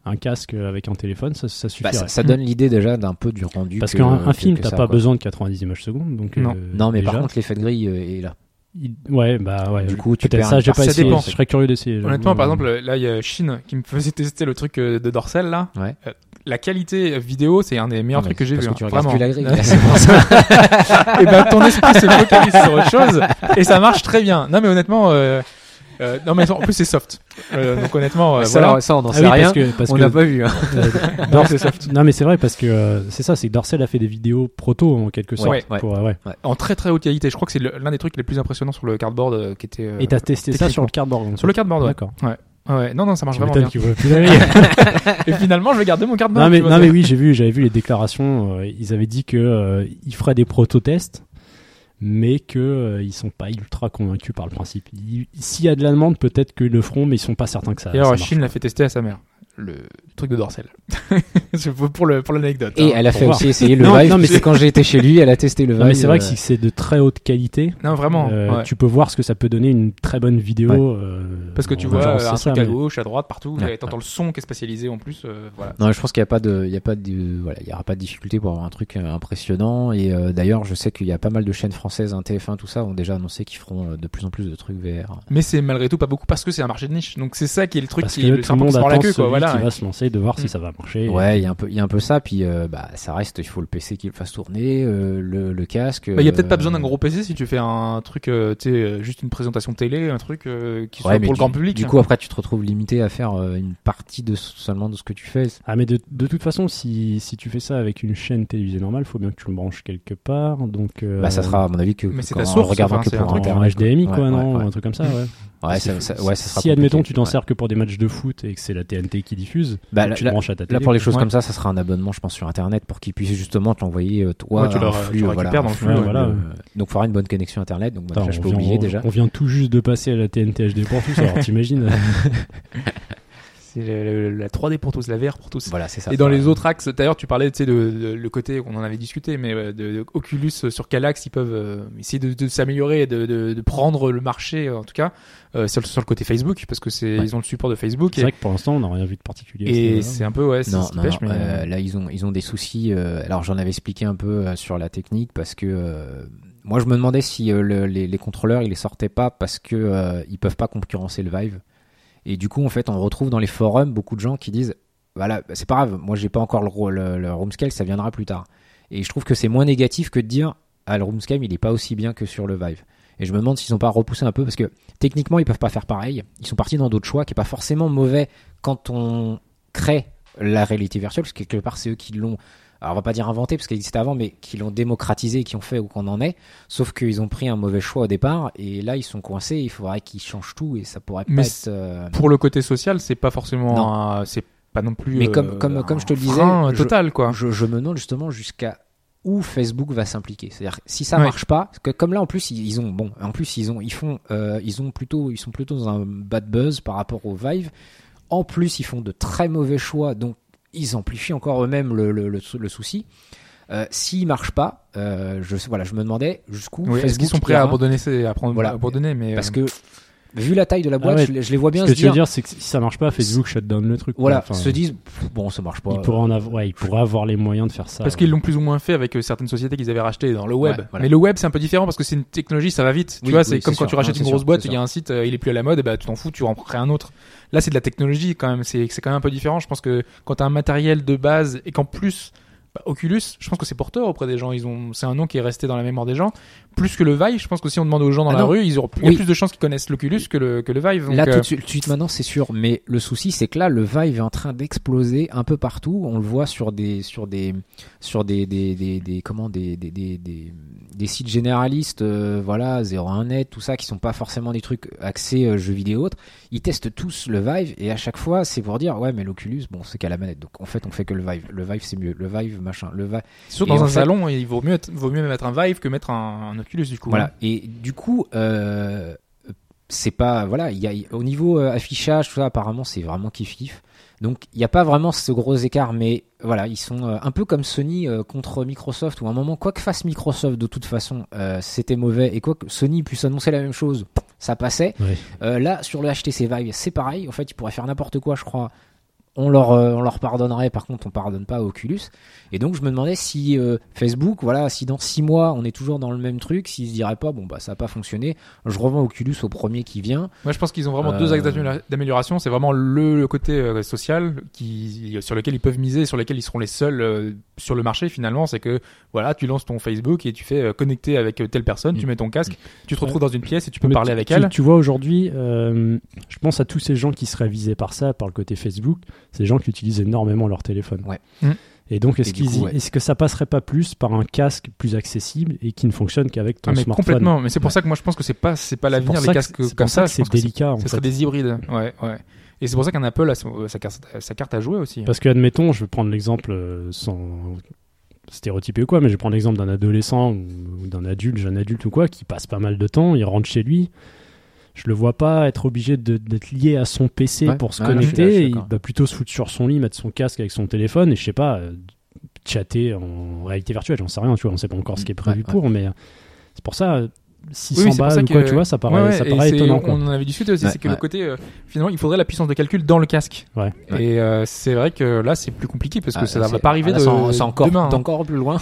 Speaker 2: un casque avec un téléphone, ça, ça
Speaker 3: Bah,
Speaker 2: suffirait.
Speaker 3: ça, ça donne l'idée déjà d'un peu du rendu.
Speaker 2: Parce
Speaker 3: que-
Speaker 2: qu'un un
Speaker 3: que-
Speaker 2: film,
Speaker 3: que
Speaker 2: t'as
Speaker 3: ça,
Speaker 2: pas
Speaker 3: quoi.
Speaker 2: besoin de 90 images secondes, donc
Speaker 1: Non.
Speaker 2: euh,
Speaker 3: Non, mais par
Speaker 2: déjà,
Speaker 3: contre, l'effet de grille euh, est là.
Speaker 2: il- ouais, bah ouais.
Speaker 3: Du coup, tu
Speaker 2: peut-être
Speaker 3: perds
Speaker 2: ça,
Speaker 3: une
Speaker 2: j'ai
Speaker 1: part-
Speaker 2: pas
Speaker 1: ça
Speaker 2: essayé.
Speaker 1: dépend.
Speaker 2: Je serais curieux d'essayer. j'avoue.
Speaker 1: Honnêtement, par exemple, là, il y a Chine qui me faisait tester le truc euh, de Dorsel, là.
Speaker 3: Ouais.
Speaker 1: Euh, La qualité vidéo, c'est un des meilleurs
Speaker 3: Non, mais
Speaker 1: trucs que j'ai
Speaker 3: parce
Speaker 1: vu.
Speaker 3: tu
Speaker 1: hein,
Speaker 3: regardes
Speaker 1: vraiment.
Speaker 3: plus la grille. là, c'est pour
Speaker 1: <laughs>
Speaker 3: ça.
Speaker 1: et ben, ton esprit se focalise sur autre chose et ça marche très bien. Non, mais honnêtement, euh, euh, non, mais en plus, c'est soft. Euh, donc, honnêtement, euh,
Speaker 3: Ça,
Speaker 1: voilà.
Speaker 3: alors, ça, on n'en
Speaker 2: Ah
Speaker 3: sait
Speaker 2: oui,
Speaker 3: rien.
Speaker 2: parce que, parce
Speaker 3: on
Speaker 2: que-
Speaker 3: n'a pas vu. hein.
Speaker 2: euh, Dor- non, mais c'est vrai parce que euh, c'est ça, c'est que Dorsel a fait des vidéos proto en quelque sorte.
Speaker 3: Ouais, ouais.
Speaker 2: pour, euh, ouais.
Speaker 1: En très très haute qualité. Je crois que c'est le- l'un des trucs les plus impressionnants sur le cardboard euh, qui était. euh,
Speaker 2: Et t'as testé ça sur le cardboard. donc.
Speaker 1: sur le cardboard, ouais.
Speaker 2: D'accord.
Speaker 1: ouais. Non, non, ça marche
Speaker 2: Tu
Speaker 1: vraiment
Speaker 2: m'étonnes
Speaker 1: bien.
Speaker 2: qu'il voit plus la grille.
Speaker 1: <laughs> Et finalement, je vais garder mon cardboard.
Speaker 2: Non mais,
Speaker 1: tu vois,
Speaker 2: non,
Speaker 1: ça.
Speaker 2: mais oui, j'ai vu, j'avais vu les déclarations. euh, ils avaient dit que euh, ils feraient des proto-tests, mais que euh, ils sont pas ultra convaincus par le principe. Ils- S'il y a de la demande, peut-être qu'ils le feront, mais ils sont pas certains que ça.
Speaker 1: Et
Speaker 2: Euh, ça
Speaker 1: alors,
Speaker 2: marche.
Speaker 1: Chine l'a fait tester à sa mère. Le truc de Dorsel. <laughs> C'est pour pour le- pour l'anecdote.
Speaker 3: Et
Speaker 1: hein.
Speaker 3: elle a
Speaker 2: pour
Speaker 3: fait
Speaker 2: voir.
Speaker 3: aussi essayer le
Speaker 2: Non,
Speaker 3: Vive.
Speaker 2: non, mais
Speaker 3: c'est
Speaker 2: c'est-
Speaker 3: quand j'ai été chez lui, elle a testé le Vive.
Speaker 2: Non, mais c'est vrai que
Speaker 3: euh,
Speaker 2: si c'est de très haute qualité,
Speaker 1: Non, vraiment.
Speaker 2: euh,
Speaker 1: ouais.
Speaker 2: tu peux voir ce que ça peut donner une très bonne vidéo. euh,
Speaker 1: Parce que tu
Speaker 2: en
Speaker 1: vois
Speaker 2: urgence,
Speaker 1: euh, un
Speaker 2: c'est ça,
Speaker 1: truc à
Speaker 2: mais-
Speaker 1: gauche, à droite, partout.
Speaker 3: Ouais.
Speaker 1: et T'entends le son qui est spatialisé en plus. euh, voilà.
Speaker 3: Non, je pense qu'il n'y a pas de, il y a pas de, voilà, il y aura pas de difficulté pour avoir un truc euh, impressionnant. Et euh, d'ailleurs, je sais qu'il y a pas mal de chaînes françaises, hein, TF1, tout ça, ont déjà annoncé qu'ils feront euh, de plus en plus de trucs VR.
Speaker 1: Mais c'est malgré tout pas beaucoup parce que c'est un marché de niche. Donc c'est ça qui est le truc
Speaker 2: Parce
Speaker 1: qui
Speaker 2: que
Speaker 1: est le
Speaker 2: tout le
Speaker 1: serpent qui
Speaker 2: monde
Speaker 1: se mord
Speaker 2: attend
Speaker 1: la queue.
Speaker 2: celui
Speaker 1: Quoi, voilà.
Speaker 2: qui va se lancer de voir
Speaker 1: Mm.
Speaker 2: si ça va marcher.
Speaker 3: Ouais, il y a un peu, il y a un peu ça. Puis euh, bah, ça reste, il faut le PC qui le fasse tourner, euh, le, le casque.
Speaker 1: Bah, Il y a
Speaker 3: euh,
Speaker 1: peut-être pas besoin d'un gros PC si tu fais un truc, euh, tu sais, euh, juste une présentation télé, un truc euh, qui soit
Speaker 3: Ouais, mais
Speaker 1: pour le
Speaker 3: du-
Speaker 1: grand public.
Speaker 3: Du coup, après, tu te retrouves limité à faire euh, une partie de seulement de ce que tu fais.
Speaker 2: Ah mais de, de toute façon, si, si tu fais ça avec une chaîne télévisée normale, faut bien que tu le branches quelque part. Donc euh,
Speaker 3: Bah, ça sera, à mon avis, que
Speaker 1: mais c'est
Speaker 3: qu'en
Speaker 1: ta source,
Speaker 3: regardant
Speaker 1: enfin,
Speaker 3: que
Speaker 1: c'est
Speaker 3: pour
Speaker 1: un
Speaker 2: en,
Speaker 1: truc hein.
Speaker 3: Internet,
Speaker 2: HDMI quoi,
Speaker 3: Ouais,
Speaker 2: non,
Speaker 3: ouais,
Speaker 2: un
Speaker 3: ouais.
Speaker 2: truc comme ça. Ouais.
Speaker 3: Ouais,
Speaker 2: Parce
Speaker 3: ça,
Speaker 2: que
Speaker 3: ça-
Speaker 2: si-
Speaker 3: ouais, ça sera
Speaker 2: si admettons tu
Speaker 3: compliqué,
Speaker 2: t'en
Speaker 3: ouais.
Speaker 2: sers que pour des matchs de foot et que c'est la TNT qui diffuse,
Speaker 3: Bah, là,
Speaker 2: tu
Speaker 3: là-
Speaker 2: branches à ta télé.
Speaker 3: là, pour les choses
Speaker 1: Ouais.
Speaker 3: comme ça, ça sera un abonnement, je pense, sur Internet pour qu'ils puissent justement t'envoyer, euh, toi,
Speaker 1: Ouais, tu
Speaker 3: un
Speaker 1: leur-
Speaker 3: flux,
Speaker 1: tu
Speaker 3: voilà,
Speaker 1: récupères dans
Speaker 3: un
Speaker 1: le
Speaker 2: flux, voilà,
Speaker 3: euh, Donc, il faudra une bonne connexion Internet. Donc, moi,
Speaker 2: Attends,
Speaker 3: déjà, je
Speaker 2: on
Speaker 3: peux
Speaker 2: vient-
Speaker 3: oublier
Speaker 2: on-
Speaker 3: déjà.
Speaker 2: On vient tout juste de passer à la TNT HD pour tous,
Speaker 3: <laughs>
Speaker 2: alors t'imagines
Speaker 1: C'est le- le- la 3D pour tous, la VR pour tous.
Speaker 3: Voilà, c'est ça.
Speaker 1: Et dans
Speaker 3: faudra-
Speaker 1: les autres axes, d'ailleurs, tu parlais, tu sais, de, de- le côté qu'on en avait discuté, mais euh, de, de Oculus euh, sur quel axe ils peuvent euh, essayer de, de s'améliorer, et de, de, de prendre le marché, euh, en tout cas, euh, sur, le- sur le côté Facebook, parce que c'est,
Speaker 3: Ouais.
Speaker 1: ils ont le support de Facebook.
Speaker 2: C'est
Speaker 1: Et,
Speaker 2: vrai que pour l'instant on n'a rien vu de particulier. à ce
Speaker 1: et
Speaker 2: niveau-là.
Speaker 1: c'est un peu, ouais, c'est
Speaker 3: Non,
Speaker 1: ce qui
Speaker 3: non,
Speaker 1: pêche,
Speaker 3: non,
Speaker 1: mais
Speaker 3: euh, là ils ont ils ont des soucis. euh, alors j'en avais expliqué un peu euh, sur la technique parce que euh, moi je me demandais si euh, le- les, les contrôleurs ils les sortaient pas parce que euh, ils peuvent pas concurrencer le Vive. Et du coup en fait on retrouve dans les forums beaucoup de gens qui disent voilà bah, c'est pas grave moi j'ai pas encore le, ro- le, le room scale ça viendra plus tard. Et je trouve que c'est moins négatif que de dire ah le room scale il est pas aussi bien que sur le Vive. Et je me demande s'ils ont pas repoussé un peu parce que techniquement ils peuvent pas faire pareil. Ils sont partis dans d'autres choix qui est pas forcément mauvais quand on crée la réalité virtuelle, parce que quelque part, c'est eux qui l'ont, alors on va pas dire inventé, parce qu'elle existait avant, mais qui l'ont démocratisé et qui ont fait où qu'on en est. Sauf qu'ils ont pris un mauvais choix au départ, et là, ils sont coincés, il faudrait qu'ils changent tout, et ça pourrait pas
Speaker 1: Mais
Speaker 3: être. euh,
Speaker 1: pour le côté social, c'est pas forcément,
Speaker 3: Non.
Speaker 1: un- c'est pas non plus.
Speaker 3: Mais comme-
Speaker 1: euh,
Speaker 3: comme- comme je te le
Speaker 1: un
Speaker 3: disais,
Speaker 1: frein, euh,
Speaker 3: je-
Speaker 1: total, quoi.
Speaker 3: Je, je me demande justement jusqu'à où Facebook va s'impliquer. C'est-à-dire que si ça
Speaker 1: Ouais.
Speaker 3: marche pas, parce que comme là en plus ils ils ont bon, en plus ils ont ils font euh, ils ont plutôt ils sont plutôt dans un bad buzz par rapport au Vive. En plus ils font de très mauvais choix, donc ils amplifient encore eux-mêmes le, le, le, sou- le souci. Euh, S'ils marchent pas, euh, je voilà, je me demandais jusqu'où
Speaker 1: Oui, est-ce
Speaker 3: Facebook
Speaker 1: qu'ils sont prêts à
Speaker 3: ira,
Speaker 1: abandonner, ces- à prendre,
Speaker 3: Voilà.
Speaker 1: à abandonner, mais
Speaker 3: parce
Speaker 1: euh, Ah
Speaker 3: que vu la taille de la boîte,
Speaker 2: ouais.
Speaker 3: je, les- je les vois bien
Speaker 2: Ce que
Speaker 3: se
Speaker 2: tu veux
Speaker 3: dire,
Speaker 2: dire, c'est que si ça marche pas, Facebook shutdown le truc. quoi.
Speaker 3: voilà,
Speaker 2: Enfin,
Speaker 3: se disent pff, bon, ça marche pas.
Speaker 2: il pourra en avoir, ouais, il pourra avoir les moyens de faire ça.
Speaker 1: Parce
Speaker 2: ouais.
Speaker 1: qu'ils l'ont plus ou moins fait avec euh, certaines sociétés qu'ils avaient rachetées dans le web.
Speaker 3: Ouais, voilà.
Speaker 1: Mais le web, c'est un peu différent parce que c'est une technologie, ça va vite. Tu
Speaker 3: Oui,
Speaker 1: vois,
Speaker 3: oui,
Speaker 1: c'est comme
Speaker 3: c'est
Speaker 1: quand
Speaker 3: sûr.
Speaker 1: tu rachètes
Speaker 3: Non,
Speaker 1: une
Speaker 3: c'est
Speaker 1: grosse
Speaker 3: sûr,
Speaker 1: boîte,
Speaker 3: c'est
Speaker 1: il y a un site, euh, il est plus à la mode, et bah, tu t'en fous, tu en crées un autre. Là, c'est de la technologie quand même. C'est c'est quand même un peu différent. Je pense que quand t'as un matériel de base et qu'en plus bah, Oculus, je pense que c'est porteur auprès des gens. Ils ont, c'est un nom qui est resté dans la mémoire des gens. Plus que le Vive, je pense que si on demande aux gens dans
Speaker 3: Ah
Speaker 1: la
Speaker 3: non.
Speaker 1: rue, ils auront il y
Speaker 3: Oui.
Speaker 1: a plus de chances qu'ils connaissent l'Oculus que le, que le Vive. donc,
Speaker 3: là,
Speaker 1: euh,
Speaker 3: tout de suite, tout de suite maintenant, c'est sûr. Mais le souci, c'est que là, le Vive est en train d'exploser un peu partout. On le voit sur des, sur des, sur des, des, des, des- comment, des, des, des, des- des sites généralistes, euh, voilà, 01net, tout ça, qui sont pas forcément des trucs axés euh, jeux vidéo et autres. Ils testent tous le Vive et à chaque fois, c'est pour dire, ouais, mais l'Oculus, bon, c'est qu'à la manette. Donc en fait, on fait que le Vive. Le Vive, c'est mieux. Le Vive, machin. Le Vive.
Speaker 1: surtout
Speaker 3: et
Speaker 1: dans
Speaker 3: en
Speaker 1: un
Speaker 3: fait-
Speaker 1: salon, il vaut mieux, être- vaut mieux mettre un Vive que mettre un, un Oculus du coup.
Speaker 3: Voilà. Et du coup, euh, c'est pas voilà. Il y a au niveau euh, affichage, tout ça. Apparemment, c'est vraiment kiff kiff. Donc, il n'y a pas vraiment ce gros écart, mais voilà, ils sont euh, un peu comme Sony euh, contre Microsoft, où à un moment, quoi que fasse Microsoft, de toute façon, euh, c'était mauvais, et quoi que Sony puisse annoncer la même chose, ça passait.
Speaker 2: Ouais.
Speaker 3: Euh, là, sur le HTC Vive, c'est pareil. En fait, ils pourraient faire n'importe quoi, je crois. On leur, euh, on leur pardonnerait, par contre, on pardonne pas à Oculus. Et donc, je me demandais si euh, Facebook, voilà, si dans six mois, on est toujours dans le même truc, s'ils se diraient pas, bon, bah, ça n'a pas fonctionné, je revends Oculus au premier qui vient.
Speaker 1: Moi, je pense qu'ils ont vraiment
Speaker 3: Euh,
Speaker 1: deux axes d'amélioration- d'amélioration. C'est vraiment le, le côté euh, social qui, sur lequel ils peuvent miser, sur lequel ils seront les seuls euh, sur le marché finalement. C'est que voilà, tu lances ton Facebook et tu fais euh, connecter avec euh, telle personne, tu
Speaker 3: Mm.
Speaker 1: mets ton casque, tu te
Speaker 2: Ouais.
Speaker 1: retrouves dans une pièce et tu peux
Speaker 2: Mais
Speaker 1: parler
Speaker 2: tu-
Speaker 1: avec
Speaker 2: tu-
Speaker 1: elle.
Speaker 2: Tu vois, aujourd'hui, euh, je pense à tous ces gens qui seraient visés par ça, par le côté Facebook, ces gens qui utilisent énormément leur téléphone.
Speaker 3: Ouais.
Speaker 1: Mm.
Speaker 2: Et donc, est-ce
Speaker 3: Et du
Speaker 2: qu'ils
Speaker 3: coup,
Speaker 2: y-
Speaker 3: ouais.
Speaker 2: est-ce que ça passerait pas plus par un casque plus accessible et qui ne fonctionne qu'avec ton
Speaker 1: Ah, mais
Speaker 2: smartphone
Speaker 1: complètement. Mais c'est pour
Speaker 3: Ouais.
Speaker 1: ça que moi, je pense que c'est pas, c'est pas
Speaker 2: C'est pour
Speaker 1: l'avenir
Speaker 2: ça
Speaker 1: les
Speaker 2: que-
Speaker 1: casques
Speaker 2: c'est pour
Speaker 1: comme ça.
Speaker 2: que
Speaker 1: je
Speaker 2: c'est
Speaker 1: pense que
Speaker 2: délicat. en
Speaker 1: Ce
Speaker 2: fait.
Speaker 1: serait des hybrides. Ouais, ouais. Et c'est pour ça qu'un Apple a son- sa, carte, sa carte à jouer aussi. hein.
Speaker 2: Parce que, admettons, je vais prendre l'exemple euh, sans stéréotyper ou quoi, mais je vais prendre l'exemple d'un adolescent ou, ou d'un adulte, jeune adulte ou quoi, qui passe pas mal de temps, il rentre chez lui. Je le vois pas être obligé de- d'être lié à son PC
Speaker 3: Ouais, Ah,
Speaker 2: pour se
Speaker 3: ouais, je suis là, je suis
Speaker 2: connecter. Il
Speaker 3: d'accord.
Speaker 2: va plutôt se foutre sur son lit, mettre son casque avec son téléphone et je sais pas, euh, chatter en réalité virtuelle. J'en sais rien, tu vois, on sait pas encore ce qui est prévu
Speaker 3: Ouais, ouais.
Speaker 2: pour, mais euh, c'est pour ça, euh, 600
Speaker 1: Oui, oui, c'est pour
Speaker 2: balles
Speaker 1: ça
Speaker 2: ou
Speaker 1: que-
Speaker 2: quoi, tu vois, ça paraît,
Speaker 1: Ouais, ouais,
Speaker 2: ça
Speaker 1: et
Speaker 2: paraît
Speaker 1: c'est-
Speaker 2: étonnant. quoi.
Speaker 1: On en avait discuté aussi,
Speaker 3: Ouais,
Speaker 1: c'est que le
Speaker 3: ouais.
Speaker 1: côté euh, finalement, il faudrait la puissance de calcul dans le casque.
Speaker 2: Ouais.
Speaker 3: Ouais.
Speaker 1: Et euh, c'est vrai que là, c'est plus compliqué parce que
Speaker 3: Ah,
Speaker 1: ça va
Speaker 3: c'est-
Speaker 1: pas arriver
Speaker 3: ah, là,
Speaker 1: de,
Speaker 3: c'est en- c'est encore,
Speaker 1: demain. hein.
Speaker 3: t'es encore plus loin.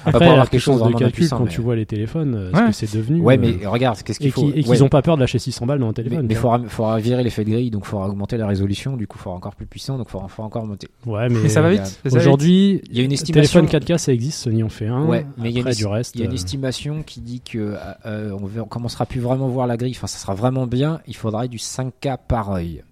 Speaker 2: Après,
Speaker 3: On va pas
Speaker 2: la
Speaker 3: avoir quelque chose
Speaker 2: puissance
Speaker 3: vraiment
Speaker 2: de calcul,
Speaker 3: d'impuissant,
Speaker 2: quand
Speaker 3: mais-
Speaker 2: tu vois les téléphones, euh, ce
Speaker 1: Ouais.
Speaker 2: que c'est devenu. euh,
Speaker 3: Ouais, mais regarde, qu'est-ce
Speaker 2: et
Speaker 3: qu'il faut.
Speaker 2: qui- et qu'ils
Speaker 3: ouais.
Speaker 2: ont pas peur de lâcher 600 balles dans un téléphone.
Speaker 3: mais il
Speaker 2: tu
Speaker 3: faudra, faudra virer l'effet de grille, donc il faudra augmenter la résolution, du coup il faudra encore plus puissant, donc il faudra, faudra encore monter.
Speaker 2: vois. Ouais, mais
Speaker 1: Mais ça va
Speaker 3: euh,
Speaker 1: vite. ça va
Speaker 2: aujourd'hui,
Speaker 3: Il y a une
Speaker 2: Euh,
Speaker 3: estimation.
Speaker 2: téléphone 4K, ça existe. Sony en fait un.
Speaker 3: Ouais, mais il y a
Speaker 2: Après,
Speaker 3: une-
Speaker 2: du reste.
Speaker 3: Il y a une
Speaker 2: euh,
Speaker 3: estimation qui dit que euh, euh, on, ver- on commencera plus vraiment à voir la grille. Enfin, ça sera vraiment bien. Il faudra du 5K par œil.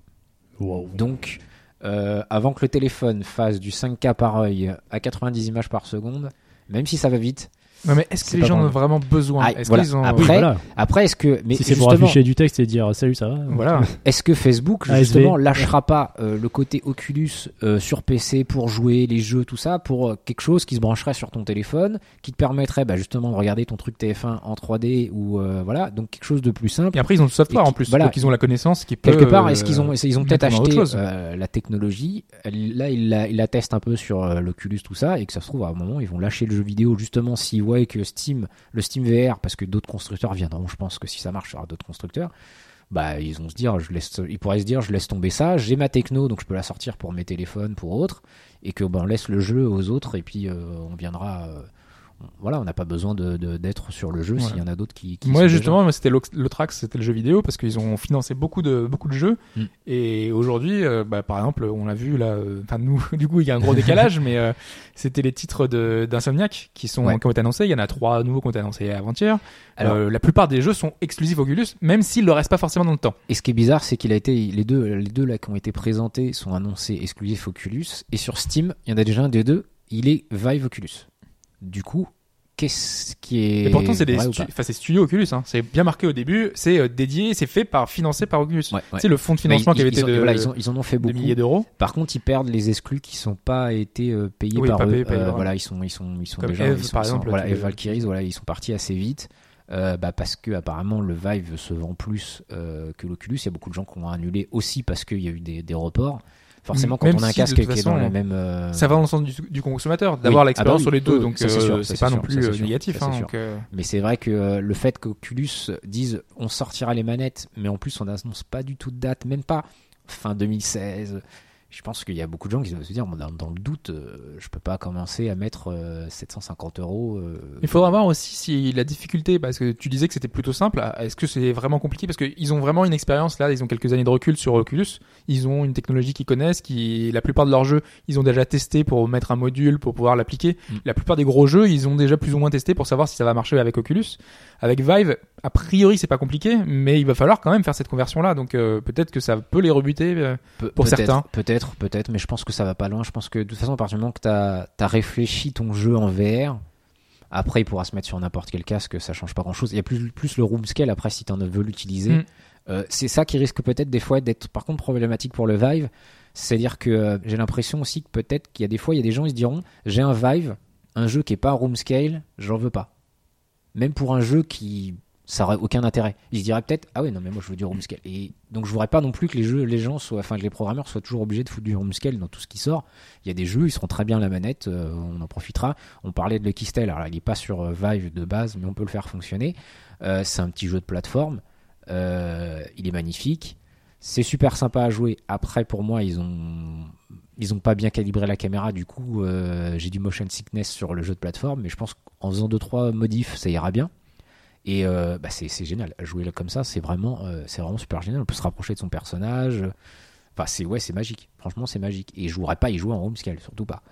Speaker 2: wow.
Speaker 3: Donc, euh, avant que le téléphone fasse du 5K par œil à 90 images par seconde, même si ça va vite.
Speaker 1: vite. Ouais, mais est-ce que
Speaker 3: C'est
Speaker 1: les
Speaker 3: pas
Speaker 1: gens en ont
Speaker 3: grave.
Speaker 1: vraiment besoin
Speaker 3: Ah,
Speaker 1: Est-ce
Speaker 3: voilà.
Speaker 1: qu'ils ont
Speaker 2: Oui,
Speaker 3: Après-
Speaker 2: voilà.
Speaker 3: Après, est-ce que mais
Speaker 2: si c'est pour
Speaker 3: justement,
Speaker 2: afficher Ah, du texte et dire euh, salut, ça va.
Speaker 1: voilà.
Speaker 3: est-ce que Facebook
Speaker 2: ASV,
Speaker 3: justement lâchera pas euh, le côté Oculus euh, sur PC pour jouer les jeux, tout ça, pour euh, quelque chose qui se brancherait sur ton téléphone, qui te permettrait bah, justement de regarder ton truc TF1 en 3D ou euh, voilà, donc quelque chose de plus simple.
Speaker 1: Et après, ils ont le software
Speaker 3: Et
Speaker 1: en
Speaker 3: qui-
Speaker 1: plus.
Speaker 3: voilà.
Speaker 1: Donc, ils ont la connaissance qui peut.
Speaker 3: Quelque part,
Speaker 1: euh,
Speaker 3: est-ce qu'ils ont, ils ont
Speaker 1: mettre
Speaker 3: peut-être
Speaker 1: en autre
Speaker 3: acheté
Speaker 1: chose.
Speaker 3: euh, la technologie Là, ils la, ils la testent un peu sur euh, l'Oculus, tout ça, et que ça se trouve, à un moment, ils vont lâcher le jeu vidéo justement s'ils voient que Steam, le Steam VR, parce que d'autres constructeurs viendront, je pense que si ça marche, il y aura d'autres constructeurs. Bah, ils vont se dire, je laisse, ils pourraient se dire, je laisse tomber ça, j'ai ma techno, donc je peux la sortir pour mes téléphones, pour autres, et que bah, on laisse le jeu aux autres, et puis euh, on viendra. euh, on- voilà, on n'a pas besoin de- de- d'être sur le jeu
Speaker 1: Voilà.
Speaker 3: s'il y en a d'autres qui. qui
Speaker 1: Moi,
Speaker 3: sont
Speaker 1: justement, moi, c'était l'ox- l'autre axe, c'était le jeu vidéo parce qu'ils ont financé beaucoup de beaucoup de jeux.
Speaker 3: Mm.
Speaker 1: Et aujourd'hui, euh, bah, par exemple, on l'a vu là. euh, Enfin, nous, <laughs> du coup, il y a un gros décalage, mais euh, c'était les titres de d'Insomniac qui sont
Speaker 3: Ouais.
Speaker 1: qui ont été annoncés. Il y en a trois nouveaux qui ont été annoncés avant-hier.
Speaker 3: Alors-
Speaker 1: Euh, la plupart des jeux sont exclusifs Oculus, même s'ils le restent pas forcément dans le temps.
Speaker 3: Et ce qui est bizarre, c'est qu'il a été les deux, les deux là qui ont été présentés sont annoncés exclusifs Oculus. Et sur Steam, il y en a déjà un des deux. Il est Vive Oculus. Du coup, qu'est-ce qui est
Speaker 1: Et, pourtant, c'est des,
Speaker 3: vrai ou
Speaker 1: stu-
Speaker 3: pas
Speaker 1: enfin, c'est Studio Oculus. Hein. C'est bien marqué au début. C'est euh, dédié, c'est fait par financé par Oculus.
Speaker 3: Ouais, ouais.
Speaker 1: C'est le fonds de
Speaker 3: Mais
Speaker 1: financement
Speaker 3: ils-
Speaker 1: qui avait
Speaker 3: ils
Speaker 1: été
Speaker 3: ont-
Speaker 1: de,
Speaker 3: voilà, ils, ont- ils en ont fait
Speaker 1: de
Speaker 3: beaucoup.
Speaker 1: milliers d'euros.
Speaker 3: Par contre, ils perdent les exclus qui sont pas été euh, payés
Speaker 1: Oui,
Speaker 3: par
Speaker 1: pas
Speaker 3: eux.
Speaker 1: payés par
Speaker 3: Euh,
Speaker 1: eux.
Speaker 3: voilà, ils sont, ils sont, ils sont
Speaker 1: Comme
Speaker 3: déjà.
Speaker 1: Eve,
Speaker 3: ils sont-
Speaker 1: par
Speaker 3: ils sont-
Speaker 1: exemple,
Speaker 3: voilà,
Speaker 1: qui-
Speaker 3: Eve Valkyries, voilà, ils sont partis assez vite. euh, bah, parce que apparemment le Vive se vend plus euh, que l'Oculus. Il y a beaucoup de gens qui ont annulé aussi parce qu'il y a eu des, des reports. Forcément, quand
Speaker 1: Mm. Même
Speaker 3: on a un
Speaker 1: si, de
Speaker 3: casque qui
Speaker 1: toute
Speaker 3: est
Speaker 1: façon,
Speaker 3: dans la même. euh,
Speaker 1: Ça va dans le sens du, du consommateur d'avoir
Speaker 3: Oui.
Speaker 1: l'expérience
Speaker 3: Ah bah oui.
Speaker 1: sur les deux,
Speaker 3: Oui,
Speaker 1: donc
Speaker 3: ça, c'est
Speaker 1: euh,
Speaker 3: sûr, ça,
Speaker 1: c'est
Speaker 3: c'est
Speaker 1: pas
Speaker 3: sûr,
Speaker 1: non
Speaker 3: ça,
Speaker 1: plus
Speaker 3: c'est
Speaker 1: euh,
Speaker 3: sûr,
Speaker 1: négatif.
Speaker 3: ça,
Speaker 1: hein,
Speaker 3: c'est
Speaker 1: donc, euh,
Speaker 3: Mais c'est vrai que euh, le fait qu'Oculus dise on sortira les manettes, mais en plus on n'annonce pas du tout de date, même pas fin 2016. je pense qu'il y a beaucoup de gens qui doivent se dire, bon, dans, dans le doute, euh, je peux pas commencer à mettre euh, 750 euros. euh,
Speaker 1: Il faudra voir aussi si la difficulté, parce que tu disais que c'était plutôt simple, ah, est-ce que c'est vraiment compliqué Parce qu'ils ont vraiment une expérience là, ils ont quelques années de recul sur Oculus, ils ont une technologie qu'ils connaissent, qui la plupart de leurs jeux, ils ont déjà testé pour mettre un module, pour pouvoir l'appliquer.
Speaker 3: Mm.
Speaker 1: La plupart des gros jeux, ils ont déjà plus ou moins testé pour savoir si ça va marcher avec Oculus. Avec Vive, a priori c'est pas compliqué, mais il va falloir quand même faire cette conversion là, donc euh, peut-être que ça peut les rebuter. euh.
Speaker 3: Pe-
Speaker 1: Pour
Speaker 3: peut-être,
Speaker 1: certains.
Speaker 3: Peut-être, peut-être, mais je pense que ça va pas loin. Je pense que de toute façon, à partir du moment que tu as réfléchi ton jeu en VR, après il pourra se mettre sur n'importe quel casque, ça change pas grand-chose. Il y a plus, plus le room scale après si tu en veux l'utiliser.
Speaker 1: Mm.
Speaker 3: Euh, c'est ça qui risque peut-être des fois d'être par contre problématique pour le Vive. C'est-à-dire que euh, j'ai l'impression aussi que peut-être qu'il y a des fois, il y a des gens ils se diront j'ai un Vive, un jeu qui est pas room scale, j'en veux pas. Même pour un jeu qui ça aurait aucun intérêt. Ils se diraient peut-être ah ouais non mais moi je veux du room scale. Et donc je voudrais pas non plus que les jeux, les gens soient, enfin que les programmeurs soient toujours obligés de foutre du room scale dans tout ce qui sort. Il y a des jeux, ils seront très bien à la manette, euh, on en profitera. On parlait de Lucky Style, alors là, il n'est pas sur euh, Vive de base, mais on peut le faire fonctionner. Euh, c'est un petit jeu de plateforme, Euh, il est magnifique, c'est super sympa à jouer. Après, pour moi, ils ont ils ont pas bien calibré la caméra, du coup, euh, j'ai du motion sickness sur le jeu de plateforme, mais je pense qu'en faisant deux trois modifs, ça ira bien. Et euh, bah, c'est c'est génial, jouer là comme ça, c'est vraiment euh, c'est vraiment super génial. On peut se rapprocher de son personnage. Enfin, c'est ouais, c'est magique. Franchement, c'est magique. Et je jouerais pas à y jouer en home scale, surtout pas.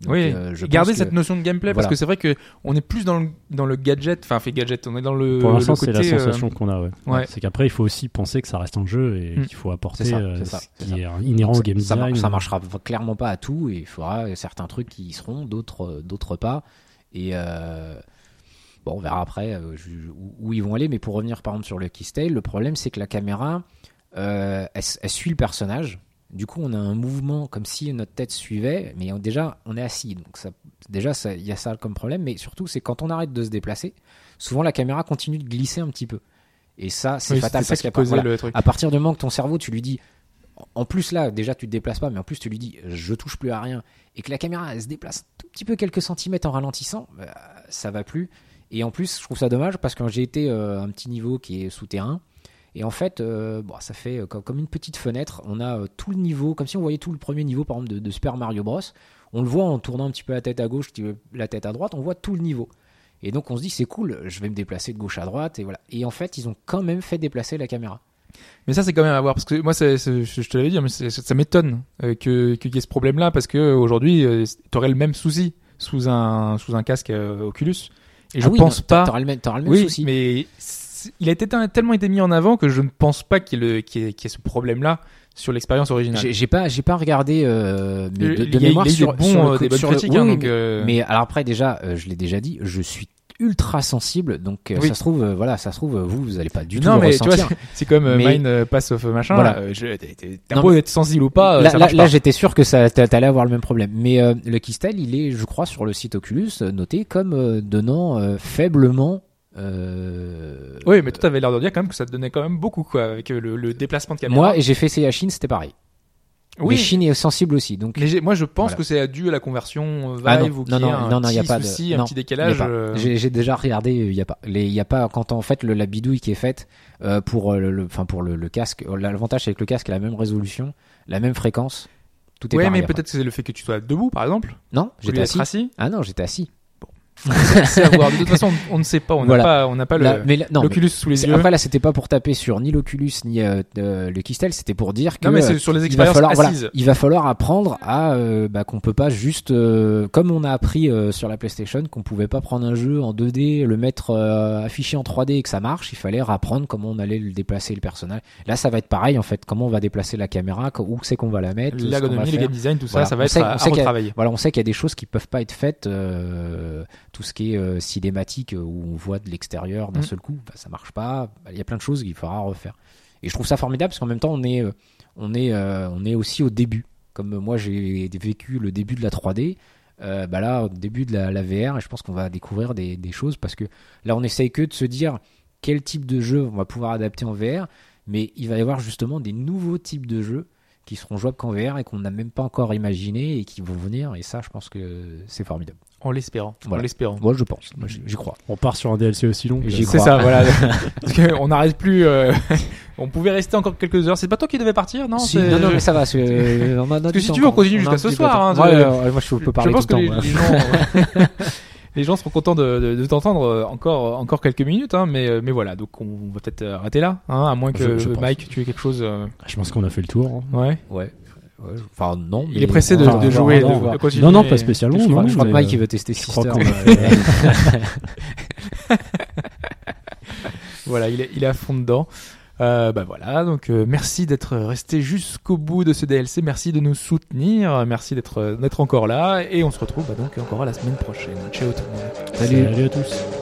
Speaker 3: Donc,
Speaker 1: oui,
Speaker 3: euh, je
Speaker 1: garder
Speaker 3: pense que-
Speaker 1: cette notion de gameplay, parce
Speaker 3: Voilà.
Speaker 1: que c'est vrai que on est plus dans le, dans le gadget, enfin fait gadget, on est dans le,
Speaker 2: Pour l'instant,
Speaker 1: le
Speaker 2: c'est
Speaker 1: côté.
Speaker 2: la
Speaker 1: euh,
Speaker 2: sensation qu'on a. Ouais.
Speaker 1: ouais.
Speaker 2: C'est qu'après, il faut aussi penser que ça reste un jeu et
Speaker 1: Mm.
Speaker 2: qu'il faut apporter
Speaker 3: C'est ça,
Speaker 2: euh,
Speaker 3: c'est ça,
Speaker 2: ce
Speaker 3: c'est
Speaker 2: qui
Speaker 3: ça.
Speaker 2: est inhérent au game
Speaker 3: ça, mar-
Speaker 2: design.
Speaker 3: ça marchera v- clairement pas à tout et il faudra euh, certains trucs qui y seront, d'autres euh, d'autres pas. Et euh, bon, on verra après euh, ju- où, où ils vont aller. Mais pour revenir par exemple sur le Keystale, le problème c'est que la caméra, euh, elle, s- elle suit le personnage. Du coup, on a un mouvement comme si notre tête suivait, mais on- déjà on est assis. Donc ça, déjà, ça- il y a ça comme problème. Mais surtout, c'est quand on arrête de se déplacer, souvent la caméra continue de glisser un petit peu. Et ça, c'est
Speaker 1: Oui,
Speaker 3: fatal
Speaker 1: ça
Speaker 3: parce
Speaker 1: qui
Speaker 3: qu'à part-
Speaker 1: causait
Speaker 3: voilà.
Speaker 1: le truc.
Speaker 3: À partir du moment que ton cerveau, tu lui dis, en plus là, déjà tu te déplaces pas, mais en plus tu lui dis, je touche plus à rien, et que la caméra elle se déplace un tout petit peu quelques centimètres en ralentissant, bah, ça va plus. Et en plus, je trouve ça dommage parce que j'ai été euh, un petit niveau qui est souterrain. Et en fait, euh, bon, ça fait euh, comme comme une petite fenêtre. On a euh, tout le niveau, comme si on voyait tout le premier niveau, par exemple, de, de Super Mario Bros. On le voit en tournant un petit peu la tête à gauche, petit peu la tête à droite, on voit tout le niveau. Et donc on se dit, c'est cool, je vais me déplacer de gauche à droite. Et, voilà. et en fait, ils ont quand même fait déplacer la caméra.
Speaker 1: Mais ça, c'est quand même à voir parce que moi, c'est- c'est- je je te l'avais dit, mais c'est- ça m'étonne euh, que qu'il y ait ce problème-là parce que euh, aujourd'hui, tu aurais le même souci sous un sous un casque euh, Oculus. Et je
Speaker 3: Ah oui,
Speaker 1: pense
Speaker 3: non, t'a-
Speaker 1: pas.
Speaker 3: T'auras le même, t'auras le même
Speaker 1: oui,
Speaker 3: souci.
Speaker 1: mais c'est- il a été te- tellement été mis en avant que je ne pense pas qu'il y ait le- qu'il y ait- qu'il y ait ce problème-là sur l'expérience originale.
Speaker 3: J'ai j'ai pas, j'ai pas regardé euh, mais de, de
Speaker 1: Il y a- il y a
Speaker 3: mémoire
Speaker 1: eu des
Speaker 3: sur,
Speaker 1: bons,
Speaker 3: sur le
Speaker 1: euh,
Speaker 3: co-
Speaker 1: des bonnes
Speaker 3: sur le-
Speaker 1: critiques.
Speaker 3: oui,
Speaker 1: hein,
Speaker 3: oui,
Speaker 1: donc,
Speaker 3: mais,
Speaker 1: euh,
Speaker 3: mais alors après déjà, euh, je l'ai déjà dit, je suis ultra sensible, donc euh,
Speaker 1: Oui.
Speaker 3: ça se trouve, euh, voilà, ça se trouve, euh, vous, vous allez pas du tout
Speaker 1: non,
Speaker 3: le
Speaker 1: mais
Speaker 3: ressentir.
Speaker 1: tu vois, c'est- c'est comme euh,
Speaker 3: Mais-
Speaker 1: Mine euh, Pass of Machin.
Speaker 3: Voilà.
Speaker 1: <laughs> Voilà. Euh, je- t'es- t'es- T'as
Speaker 3: Non,
Speaker 1: beau être sensible ou pas, euh,
Speaker 3: là,
Speaker 1: ça
Speaker 3: là,
Speaker 1: marche
Speaker 3: là,
Speaker 1: pas.
Speaker 3: j'étais sûr que ça t'a- t'allais avoir le même problème. Mais euh, le Keystyle, il est, je crois, sur le site Oculus, euh, noté comme euh, donnant euh, faiblement. euh,
Speaker 1: Oui, mais tout avait l'air de dire quand même que ça te donnait quand même beaucoup, quoi, avec euh, le, le déplacement de caméra.
Speaker 3: moi, et j'ai fait CA Chine, c'était pareil.
Speaker 1: oui,
Speaker 3: Mais Chine est sensible aussi, donc
Speaker 1: Mais j'ai- moi, je pense
Speaker 3: Voilà.
Speaker 1: que c'est dû à la conversion euh, Vive
Speaker 3: Ah non,
Speaker 1: ou qu'il
Speaker 3: non,
Speaker 1: y a
Speaker 3: non,
Speaker 1: un
Speaker 3: non, non,
Speaker 1: petit
Speaker 3: y a pas de-
Speaker 1: souci,
Speaker 3: non,
Speaker 1: un petit
Speaker 3: Il y a
Speaker 1: décalage.
Speaker 3: pas.
Speaker 1: euh,
Speaker 3: J'ai j'ai déjà regardé, il n'y a pas. Les- Il y a pas quand en fait le, la bidouille qui est faite euh, pour euh, le, le- enfin pour le, le casque. euh, L'avantage c'est que le casque a la même résolution, la même fréquence. Tout est
Speaker 1: Ouais,
Speaker 3: pareil,
Speaker 1: mais
Speaker 3: enfin.
Speaker 1: peut-être que c'est le fait que tu sois debout, par exemple.
Speaker 3: Non,
Speaker 1: au lieu
Speaker 3: j'étais
Speaker 1: d'être
Speaker 3: assis.
Speaker 1: assis.
Speaker 3: Ah non, j'étais assis.
Speaker 1: C'est à voir. De toute façon, on, on ne sait pas. On n'a
Speaker 3: Voilà.
Speaker 1: pas, on n'a pas
Speaker 3: Là,
Speaker 1: Ah, le
Speaker 3: mais là- non, mais
Speaker 1: l'Oculus sous les
Speaker 3: c'est-
Speaker 1: yeux.
Speaker 3: après là c'était pas pour taper sur ni l'Oculus ni euh, euh, le Kistel, c'était pour dire que
Speaker 1: non, mais
Speaker 3: euh,
Speaker 1: c'est sur les
Speaker 3: il va
Speaker 1: expériences
Speaker 3: falloir voilà,
Speaker 1: assises.
Speaker 3: il va falloir apprendre à euh, bah, qu'on peut pas juste euh, comme on a appris euh, sur la PlayStation qu'on pouvait pas prendre un jeu en 2D le mettre euh, affiché en 3D et que ça marche il fallait apprendre comment on allait le déplacer le personnage là ça va être pareil en fait comment on va déplacer la caméra co- où c'est qu'on va la mettre ce qu'on va
Speaker 1: L'ergonomie, le
Speaker 3: faire.
Speaker 1: game design, tout
Speaker 3: Voilà.
Speaker 1: ça, ça va
Speaker 3: On
Speaker 1: être
Speaker 3: sait- on
Speaker 1: à, à
Speaker 3: sait qu'il y a-
Speaker 1: retravailler.
Speaker 3: voilà, on sait qu'il y a des choses qui peuvent pas être faites, euh, tout ce qui est euh, cinématique euh, où on voit de l'extérieur d'un
Speaker 1: Mm.
Speaker 3: seul coup, bah, ça marche pas. Il y a plein de choses qu'il faudra refaire. Et je trouve ça formidable parce qu'en même temps, on est, euh, on est, euh, on est aussi au début. Comme moi, j'ai vécu le début de la 3D. euh, bah là, au début de la, la VR, et je pense qu'on va découvrir des, des choses parce que là, on essaye que de se dire quel type de jeu on va pouvoir adapter en VR, mais il va y avoir justement des nouveaux types de jeux qui seront jouables qu'en VR et qu'on n'a même pas encore imaginé et qui vont venir. Et ça, je pense que c'est formidable.
Speaker 1: En l'espérant. En
Speaker 3: Voilà.
Speaker 1: l'espérant.
Speaker 3: Moi, je pense. Moi, j'y j'y crois.
Speaker 2: On part sur un DLC aussi long. que-
Speaker 3: J'y
Speaker 1: C'est ça,
Speaker 3: crois.
Speaker 1: voilà.
Speaker 3: <laughs>
Speaker 1: Parce que on n'arrête plus. euh, <laughs> on pouvait rester encore quelques heures. C'est pas toi qui devais partir, non
Speaker 3: Si,
Speaker 1: C'est-
Speaker 3: non, non, mais ça va. c'est- euh, on a- a
Speaker 1: Parce que
Speaker 3: du
Speaker 1: si
Speaker 3: temps
Speaker 1: tu veux, on
Speaker 3: encore.
Speaker 1: continue
Speaker 3: a
Speaker 1: jusqu'à
Speaker 3: un
Speaker 1: ce
Speaker 3: petit peu
Speaker 1: soir,
Speaker 3: de temps.
Speaker 1: hein,
Speaker 3: Ouais,
Speaker 1: de-
Speaker 3: ouais, ouais, moi, je peux
Speaker 1: Je
Speaker 3: parler tout
Speaker 1: pense
Speaker 3: le
Speaker 1: que
Speaker 3: temps.
Speaker 1: les,
Speaker 3: moi.
Speaker 1: les gens, <laughs> les gens seront contents de, de- de t'entendre euh, encore, encore quelques minutes, hein, mais, euh, mais voilà, donc on va peut-être euh, arrêter là, hein, à moins que
Speaker 2: Je- je pense.
Speaker 1: Mike, tu aies quelque chose. euh,
Speaker 2: Je pense qu'on a fait le tour.
Speaker 1: Ouais.
Speaker 3: hein. Ouais. Ouais, je- Enfin, non.
Speaker 1: Il
Speaker 3: mais-
Speaker 1: est pressé de, de
Speaker 3: Enfin, on va-
Speaker 1: jouer,
Speaker 3: on va
Speaker 1: de-
Speaker 3: voir.
Speaker 1: de continuer.
Speaker 2: Non, non, pas spécialement.
Speaker 3: Je crois,
Speaker 2: non,
Speaker 3: je crois que
Speaker 2: mais,
Speaker 3: Mike,
Speaker 2: euh,
Speaker 3: il veut hein. tester
Speaker 2: je crois
Speaker 3: Sister.
Speaker 2: qu'on- euh,
Speaker 3: mais- <laughs>
Speaker 1: Voilà, il est, il est à fond dedans. Euh, bah voilà, donc euh, merci d'être resté jusqu'au bout de ce DLC, merci de nous soutenir, merci d'être d'être encore là, et on se retrouve bah, donc encore la semaine prochaine. Ciao tout le monde.
Speaker 2: Salut à tous.